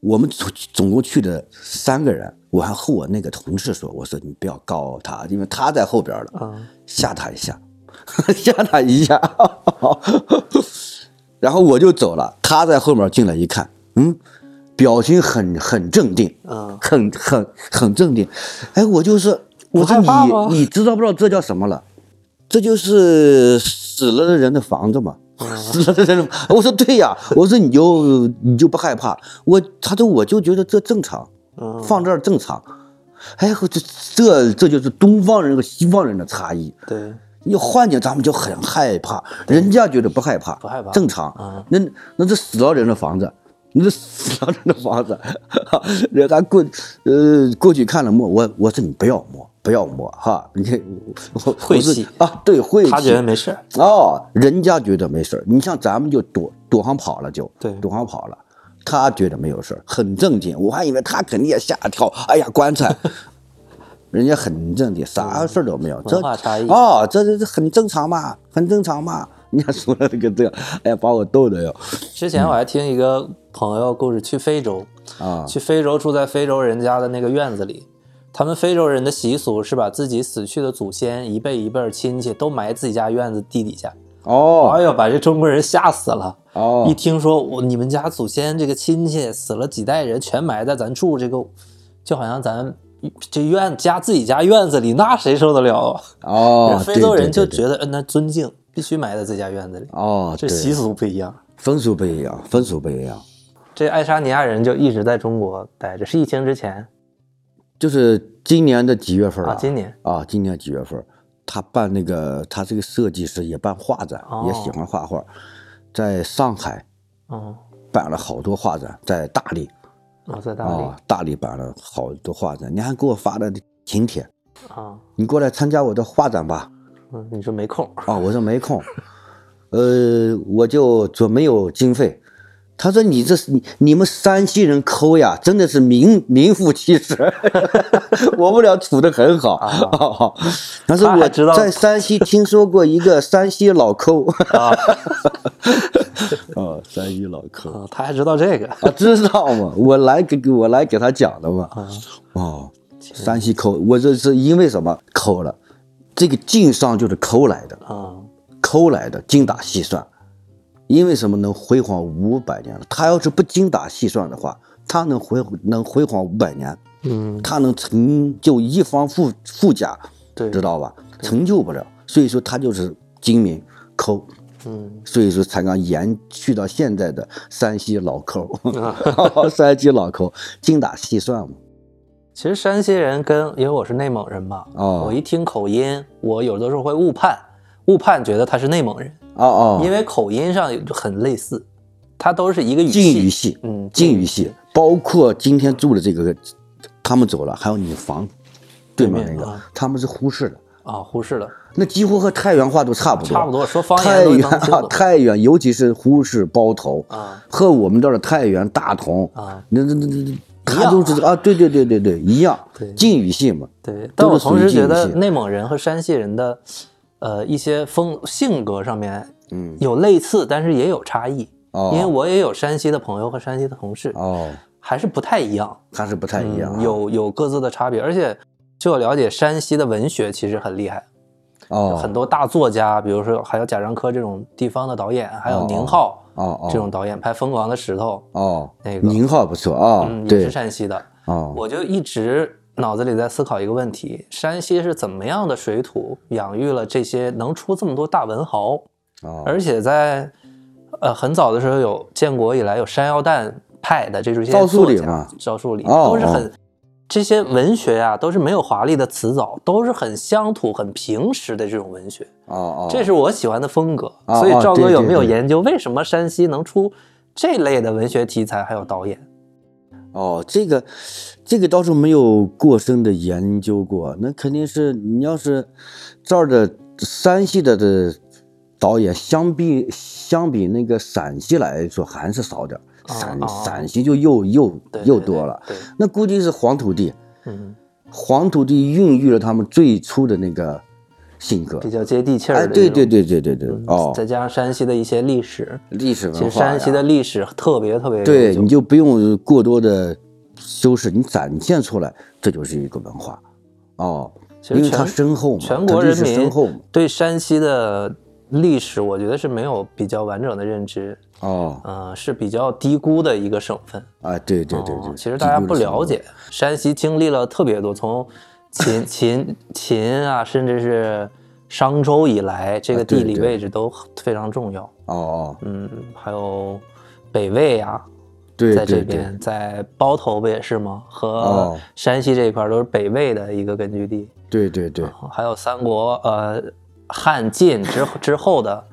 E: 我们总总共去的三个人，我还和我那个同事说，我说你不要告他，因为他在后边了
D: 嗯，
E: 吓他一下， 吓他一下。然后我就走了，他在后面进来一看，嗯，表情很很镇定，
D: 嗯
E: 很很很镇定。哎，我就说，我说
D: 害怕吗
E: 你你知道不知道这叫什么了？这就是死了的人的房子嘛。
D: 啊
E: 死了的人的，我说对呀，我说你就你就不害怕？我他说我就觉得这正常，
D: 啊
E: 放这儿正常。哎，我这这这就是东方人和西方人的差异。
D: 对，
E: 要换见咱们就很害怕，人家觉得不害怕，
D: 不害怕
E: 正常。
D: 嗯
E: 那那这死到人的房子，那这死到人的房子，人家过呃过去看了摸，我我说你不要摸，不要摸哈，你我我
D: 晦
E: 我是
D: 气
E: 啊，对晦气，
D: 他觉得没事儿，
E: 哦，人家觉得没事儿，你像咱们就躲躲上跑了就，
D: 对
E: 躲上跑了，他觉得没有事儿，很正经，我还以为他肯定也吓一跳，哎呀 棺材，人家很正经，啥事儿都没有，这
D: 文化差异
E: 哦，这这这很正常嘛，很正常嘛，人家说了这个这样，哎呀把我逗的哟，
D: 之
E: 嗯
D: 前我还听一个朋友故事，去非洲，
E: 啊
D: 去非洲住在非洲人家的那个院子里，他们非洲人的习俗是把自己死去的祖先一辈一辈儿亲戚都埋自己家院子地底下。哎
E: 哦
D: 呦，把这中国人吓死了！一
E: 哦，
D: 听说我你们家祖先这个亲戚死了几代人，全埋在咱住这个，就好像咱这院家自己家院子里，那谁受得了啊？
E: 哦，
D: 非洲人就
E: 得
D: 觉得，嗯，那尊敬必须埋在自己家院子里，
E: 哦，
D: 这
E: 对
D: 习俗不一样。
E: 风俗不一样，风俗不一样。
D: 这爱沙尼亚人就一直在中国待着，是疫情之前
E: 就是今年的几月份
D: 啊，今年
E: 啊，今年几月份儿，他办那个，他是个设计师，也办画展，
D: 哦
E: 也喜欢画画，在上海
D: 哦，
E: 办了好多画展，在大理
D: 我哦在
E: 啊、
D: 大理
E: 大理办了好多画展，你还给我发了请帖，
D: 啊，
E: 你过来参加我的画展吧。
D: 嗯，你说没空
E: 啊、我说没空，呃，我就准没有经费。他说你这是你你们山西人抠呀，真的是名名副其实。 我们俩处的很好。 他说
D: 啊他还
E: 我
D: 知道
E: 在山西听说过一个山西老抠。
D: 啊？
E: 啊，山西老抠。
D: 嗯他还知道这个，
E: 啊，知道嘛，我来给给我来给他讲的嘛。
D: 啊
E: 哦，山西抠，我这是因为什么抠了？这个晋商就是抠来的，
D: 嗯
E: 抠来的，精打细算。因为什么能辉煌五百年了？他要是不精打细算的话，他能辉能辉煌五百年，
D: 嗯，
E: 他能成就一方富富甲，
D: 对，
E: 知，道吧？成就不了，所以说他就是精明抠。
D: 嗯
E: 所以说才刚延续到现在的山西老 抠，哦山西老抠，精打细算嘛。
D: 其实山西人跟因为我是内蒙人嘛，
E: 哦
D: 我一听口音，我有的时候会误判，误判觉得他是内蒙人，
E: 哦哦，
D: 因为口音上很类似，他都是一个语
E: 晋
D: 系，
E: 语系，
D: 嗯，
E: 晋语系，包括今天住的这个，他们走了，还有你房对面
D: 对面
E: 那个
D: 啊，
E: 他们是忽视的，
D: 啊，忽视了，
E: 那几乎和太原话都差不多，
D: 差不多说方
E: 太
D: 言都
E: 原
D: 能听
E: 啊，
D: 懂
E: 太原，尤其是呼市、包头
D: 啊，
E: 和我们这儿的太原、大同
D: 啊，
E: 那那那那，
D: 一
E: 他
D: 样
E: 都是啊，对对对对对，一样
D: 对，
E: 晋语系嘛，
D: 对，但我
E: 都是属
D: 同
E: 于
D: 时
E: 晋
D: 觉
E: 语
D: 得
E: 系。
D: 内蒙人和山西人的，呃，一些风性格上面，嗯，有类似，但是也有差异。
E: 哦
D: 因为我也有山西的朋友和山西的同事，
E: 哦，
D: 还是不太一样，
E: 还是不太一样啊。
D: 嗯有有各自的差别。而且据我了解，山西的文学其实很厉害，
E: 哦，
D: 很多大作家，比如说还有贾樟柯这种地方的导演，还有
E: 哦
D: 宁浩
E: 哦哦
D: 这种导演拍《疯狂的石头》，
E: 哦，
D: 那个
E: 宁浩不错啊
D: 嗯，，也
E: 对
D: 是，山西的。
E: 哦
D: 我就一直脑子里在思考一个问题：山西是怎么样的水土养育了这些能出这么多大文豪？
E: 哦，
D: 而且在呃很早的时候有建国以来有山药蛋派的这种一些
E: 赵树
D: 作
E: 理
D: 家
E: 嘛
D: 赵树理
E: 哦
D: 都是很
E: 哦
D: 这些文学啊都是没有华丽的辞藻，都是很乡土、很平实的这种文学，
E: 哦哦，
D: 这是我喜欢的风格。
E: 哦
D: 所以
E: 哦
D: 赵
E: 对
D: 哥有
E: 对
D: 没有
E: 对
D: 研究为什么山西能出这类的文学题材还有导演？
E: 哦，这个这个倒是没有过深的研究过，那肯定是你要是这儿的山西的的导演，相比相比那个陕西来说还是少点儿，
D: 哦
E: 陕
D: 哦
E: 陕西就又又
D: 对
E: 又
D: 对
E: 多
D: 对
E: 了，
D: 对，
E: 那估计是黄土地，
D: 嗯，
E: 黄土地孕育了他们最初的那个性格
D: 比。较接地气儿的、
E: 哎，对对，对对对对，哦，
D: 再加上山西的一些历史，
E: 历史文
D: 其
E: 化呀，
D: 实山西的历史特别特别悠久
E: 对，你就不用过多的修饰，你展现出来，这就是一个文化哦，
D: 其实
E: 因为
D: 全
E: 它深厚嘛，
D: 全
E: 它
D: 国
E: 历
D: 人
E: 史
D: 民
E: 深厚嘛，
D: 对山西的历史，我觉得是没有比较完整的认知，
E: 哦，
D: 呃，是比较低估的一个省份。
E: 啊，对对对对，
D: 哦其实大家
E: 地
D: 不
E: 沟的深厚
D: 了，解，山西经历了特别多，从秦秦秦啊，甚至是商周以来，这个
E: 啊对
D: 地理
E: 对
D: 位置都非常重要。
E: 哦哦，
D: 嗯，还有北魏啊，
E: 对
D: 在这
E: 对对，
D: 边，在包头不也是吗？和
E: 哦
D: 山西这一块儿都是北魏的一个根据地，
E: 对对对，
D: 还有三国呃汉晋之之后的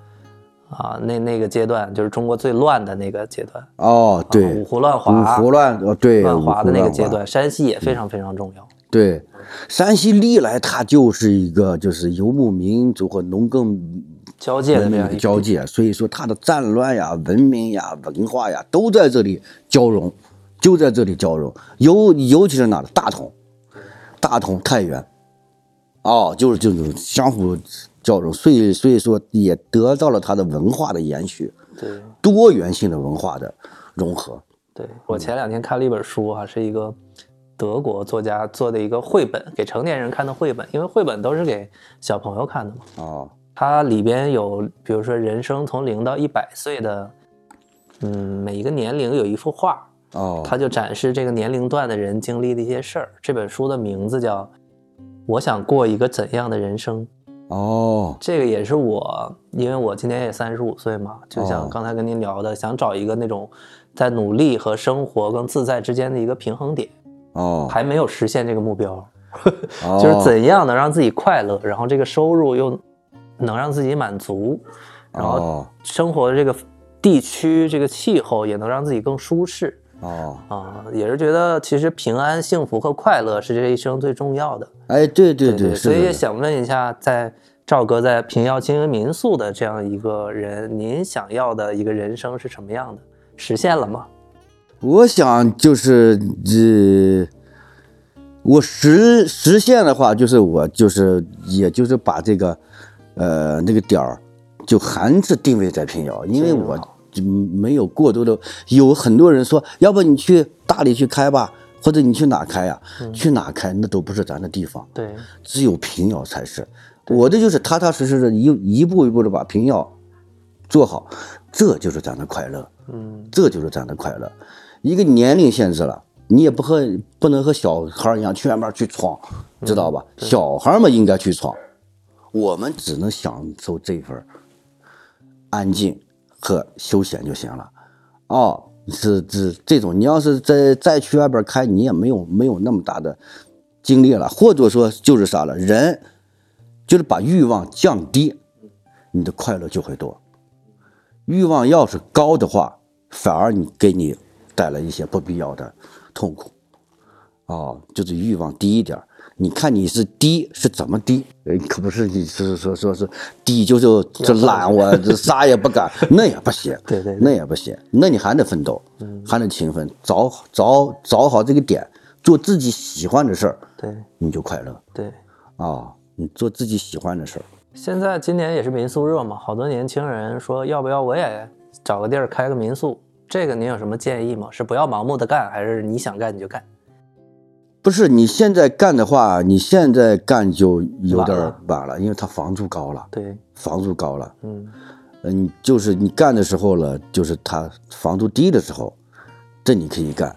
D: 啊那那个阶段，就是中国最乱的那个阶段，
E: 哦
D: 啊
E: 对
D: 五，胡乱华，
E: 五胡乱哦对，
D: 乱
E: 五
D: 华
E: 胡
D: 的那个
E: 乱
D: 阶
E: 华
D: 段，山西也非常非常重要。
E: 对，山西历来它就是一个就是游牧民族和农耕
D: 交界的
E: 文
D: 这
E: 明
D: 样一
E: 的
D: 个
E: 交界，所以说它的战乱呀、文明呀、文化呀都在这里交融，就在这里交融。尤尤其是哪儿？大同、大同、太原，哦，就是这种相互交融，所以所以说也得到了它的文化的延续，
D: 对
E: 多元性的文化的融合。
D: 对，
E: 嗯
D: 我前两天看了一本书啊，是一个德国作家做的一个绘本，给成年人看的绘本，因为绘本都是给小朋友看的嘛。
E: 哦
D: 它里边有，比如说人生从零到一百岁的，嗯，每一个年龄有一幅画，
E: 哦
D: 它就展示这个年龄段的人经历的一些事儿。这本书的名字叫《我想过一个怎样的人生》，
E: 哦
D: 这个也是我，因为我今年也三十五岁嘛，就像
E: 哦
D: 刚才跟您聊的，想找一个那种在努力和生活跟自在之间的一个平衡点，
E: 哦，
D: 还没有实现这个目标。就是
E: 哦
D: 怎样能让自己快乐，然后这个收入又能让自己满足，然后
E: 哦
D: 生活的这个地区、这个气候，也能让自己更舒适
E: 哦，
D: 啊、也是觉得其实平安、幸福和快乐是这一生最重要的。
E: 哎，对对
D: 对
E: 是
D: 所以
E: 的
D: 也想问一下，在赵哥在平遥青云民宿的这样一个人，您想要的一个人生是什么样的？实现了吗？
E: 我想就是呃，我实实现的话，就是我就是也就是把这个呃那个点儿就还是定位在平遥，因为我就没有过多的有很多人说，要不你去大理去开吧，或者你去哪开呀、去哪开那都不是咱的地方，
D: 对，
E: 只有平遥才是。我的就是踏踏实实的一一步一步的把平遥做好，这就是咱的快乐。
D: 嗯，
E: 这就是咱的快乐。一个年龄限制了，你也不和不能和小孩儿一样去外面去闯，知道吧？小孩儿们应该去闯，我们只能享受这份儿安静和休闲就行了。哦，是这这种，你要是再再去外边开，你也没有没有那么大的精力了，或者说就是啥了，人就是把欲望降低，你的快乐就会多。欲望要是高的话，反而你给你带来一些不必要的痛苦。哦，就是欲望低一点儿，你看你是低是怎么低？呃，可不是你是说说是低就是这 懒我这啥也不干，那也不行，
D: 对对对嗯
E: 那也不行，那你还得奋斗，还得勤奋，找找找好这个点，做自己喜欢的事儿，
D: 对
E: 你就快乐啊、
D: 对。
E: 你做自己喜欢的事儿，
D: 现在今年也是民宿热嘛，好多年轻人说要不要我也找个地儿开个民宿，这个您有什么建议吗？是不要盲目的干，还是你想干你就干？
E: 不是你现在干的话，你现在干就有
D: 晚
E: 点儿
D: 了
E: 晚了，因为它房租高了，
D: 对，
E: 房租高了。
D: 嗯，
E: 嗯，就是你干的时候了，就是它房租低的时候，这你可以干。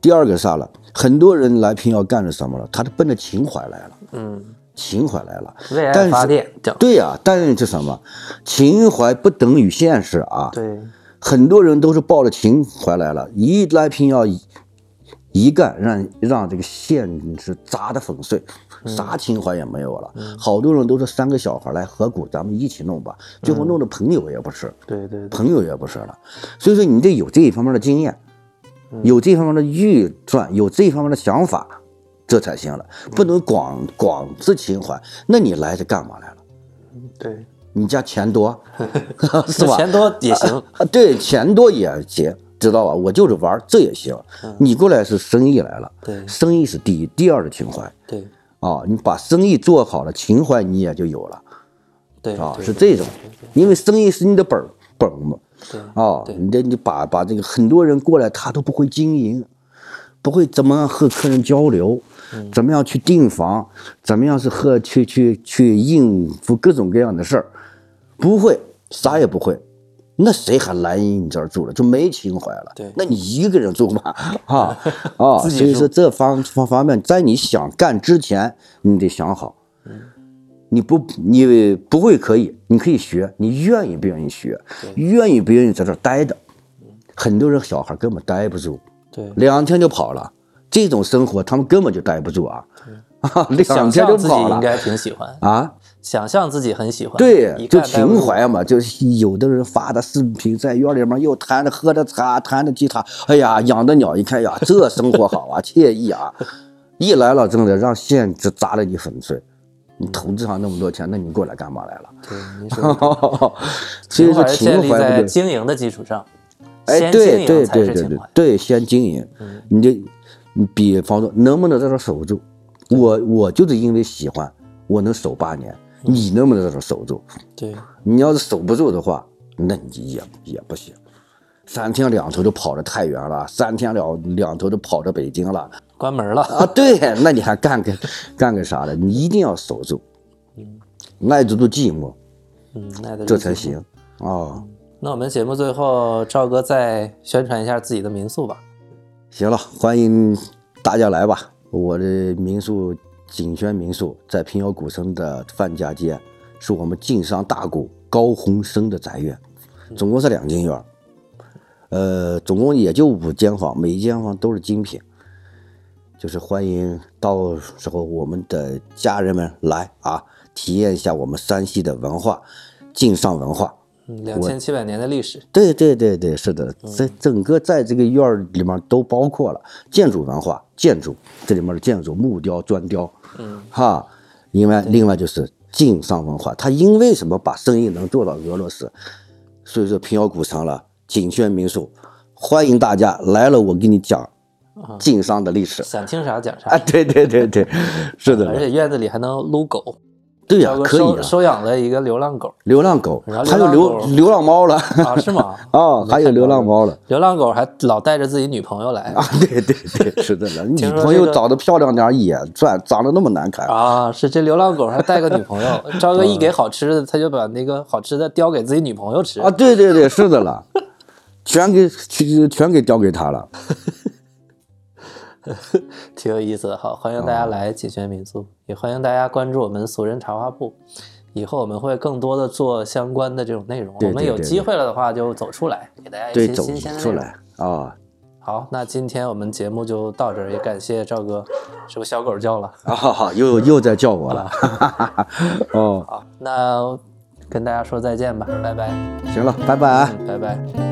E: 第二个啥了？很多人来平遥干着什么了？他是奔着情怀来了，
D: 嗯，
E: 情怀来了。
D: 为
E: 但
D: 爱
E: 是
D: 发电，讲
E: 对呀、但是什么？情怀不等于现实啊。
D: 对
E: 很多人都是抱着情怀来了，一来平遥一一干，让让这个现实砸得粉碎，啥情怀也没有了。好多人都是三个小孩来合股，咱们一起弄吧，最后弄的朋友也不是，
D: 对对对，
E: 朋友也不是了。所以说，你得有这一方面的经验，有这方面的预算，有这方面的想法，这才行了。不能光光是情怀，那你来是干嘛来了？
D: 对，
E: 你家钱多， 是吧？
D: 钱多也行，
E: 啊，对，钱多也行，知道吧？我就是玩儿，这也行。你过来是生意来了，
D: 嗯对
E: 生意是第一，第二是情怀
D: 对
E: 啊。你把生意做好了，情怀你也就有了
D: 对
E: 啊，
D: 对
E: 是这种。因为生意是你的本儿本儿嘛，
D: 对
E: 啊，
D: 对
E: 你得你把把这个很多人过来，他都不会经营，不会怎么样和客人交流，
D: 嗯
E: 怎么样去订房，怎么样是和去去去应付各种各样的事儿，不会，啥也不会。那谁还来你这儿住了？就没情怀了。
D: 对
E: 那你一个人住嘛， 啊啊！
D: 自己
E: 所以
D: 住
E: 说这方方方面，在你想干之前，你得想好。你不，你不会可以，你可以学，你愿意不愿意学，愿意不愿意在这儿待着。很多人小孩根本待不住，
D: 对
E: 两天就跑了，这种生活他们根本就待不住啊，啊， 两
D: 想
E: 天就
D: 象自己
E: 跑
D: 应
E: 了
D: 该挺喜欢，
E: 啊。
D: 想象自己很喜欢，
E: 对，
D: 一
E: 就
D: 看待不
E: 情
D: 住
E: 怀嘛，就是有的人发的视频在院里面又弹着喝着茶，弹着吉他，哎呀，养的鸟一 看呀，这生活好啊，惬意啊，一来了真的让现实砸了你粉碎。你投资上那么多钱，那你过来干嘛来了？
D: 对，您 说的
E: 所以说
D: 情怀是
E: 情
D: 建立
E: 怀不
D: 在
E: 对，
D: 经营的基础上，
E: 哎，
D: 先
E: 对
D: 经
E: 对
D: 营才
E: 对
D: 是
E: 对对
D: 情怀，嗯
E: 对，先经营，你就你比方说能不能在这儿守住？我我就是因为喜欢，我能守八年，
D: 嗯
E: 你能不能在这儿守住？
D: 对
E: 你要是守不住的话，那你也也不行。三天两头就跑到太原了，三天两两头就跑到北京了
D: 关门了，
E: 啊！对，那你还干个干个啥了？你一定要守住，耐得住寂寞，
D: 嗯，耐得住
E: 这才
D: 寂寞
E: 行啊、哦！
D: 那我们节目最后，赵哥再宣传一下自己的民宿吧。
E: 行了，欢迎大家来吧！我的民宿景轩民宿在平遥古城的范家街，是我们晋商大贾高鸿生的宅院，总共是两间院儿，呃，总共也就五间房，每一间房都是精品，就是欢迎到时候我们的家人们来啊，体验一下我们山西的文化，晋商文化
D: 嗯两千七百年的历史，
E: 对对对对，是的，
D: 嗯
E: 这整个在这个院儿里面都包括了建筑文化、建筑这里面的建筑、木雕、砖雕，嗯，哈，另外另外就是晋商文化，它因为什么把生意能做到俄罗斯，所以说平遥古城了，景轩民宿，欢迎大家来了，我给你讲
D: 啊
E: 晋商的 历史
D: 想听啥讲啥
E: 啊，，对对 对对，是
D: 而
E: 的，
D: 且院子里还能撸狗，
E: 对呀、
D: 赵哥
E: 可以
D: 收
E: 啊，
D: 收养了一个流浪狗
E: 流浪狗
D: 然后，
E: 还有
D: 流
E: 流
D: 浪狗
E: 流浪猫 了，？
D: 啊，是吗
E: 哦，还有流浪猫了。
D: 流浪狗还老带着自己女朋友来
E: 啊，对对对，是的了。女
D: 听说
E: 朋
D: 这
E: 友
D: 个
E: 长得漂亮点儿也算，长得那么难看，
D: 啊，是这流浪狗还带个女朋 友，赵哥一给好吃的，他就把那个好吃的叼给自己女朋友吃
E: 啊，对对对，是的了， 全给全全给交给他了。
D: 挺有意思的。好，欢迎大家来锦轩民
E: 哦
D: 宿，也欢迎大家关注我们俗人茶话铺。以后我们会更多的做相关的这种内容。
E: 对
D: 我们
E: 对
D: 有
E: 对
D: 机
E: 对
D: 会了的话，就走出来，给大家一
E: 对，
D: 些
E: 走
D: 新鲜的内
E: 出
D: 容。
E: 来 啊
D: 好，那今天我们节目就到这儿，也感谢赵哥。是不是小狗叫了？
E: 啊，又又在叫 我了，哦，
D: 好，那跟大家说再见吧，拜拜。
E: 行了，拜拜啊。
D: 嗯，拜拜。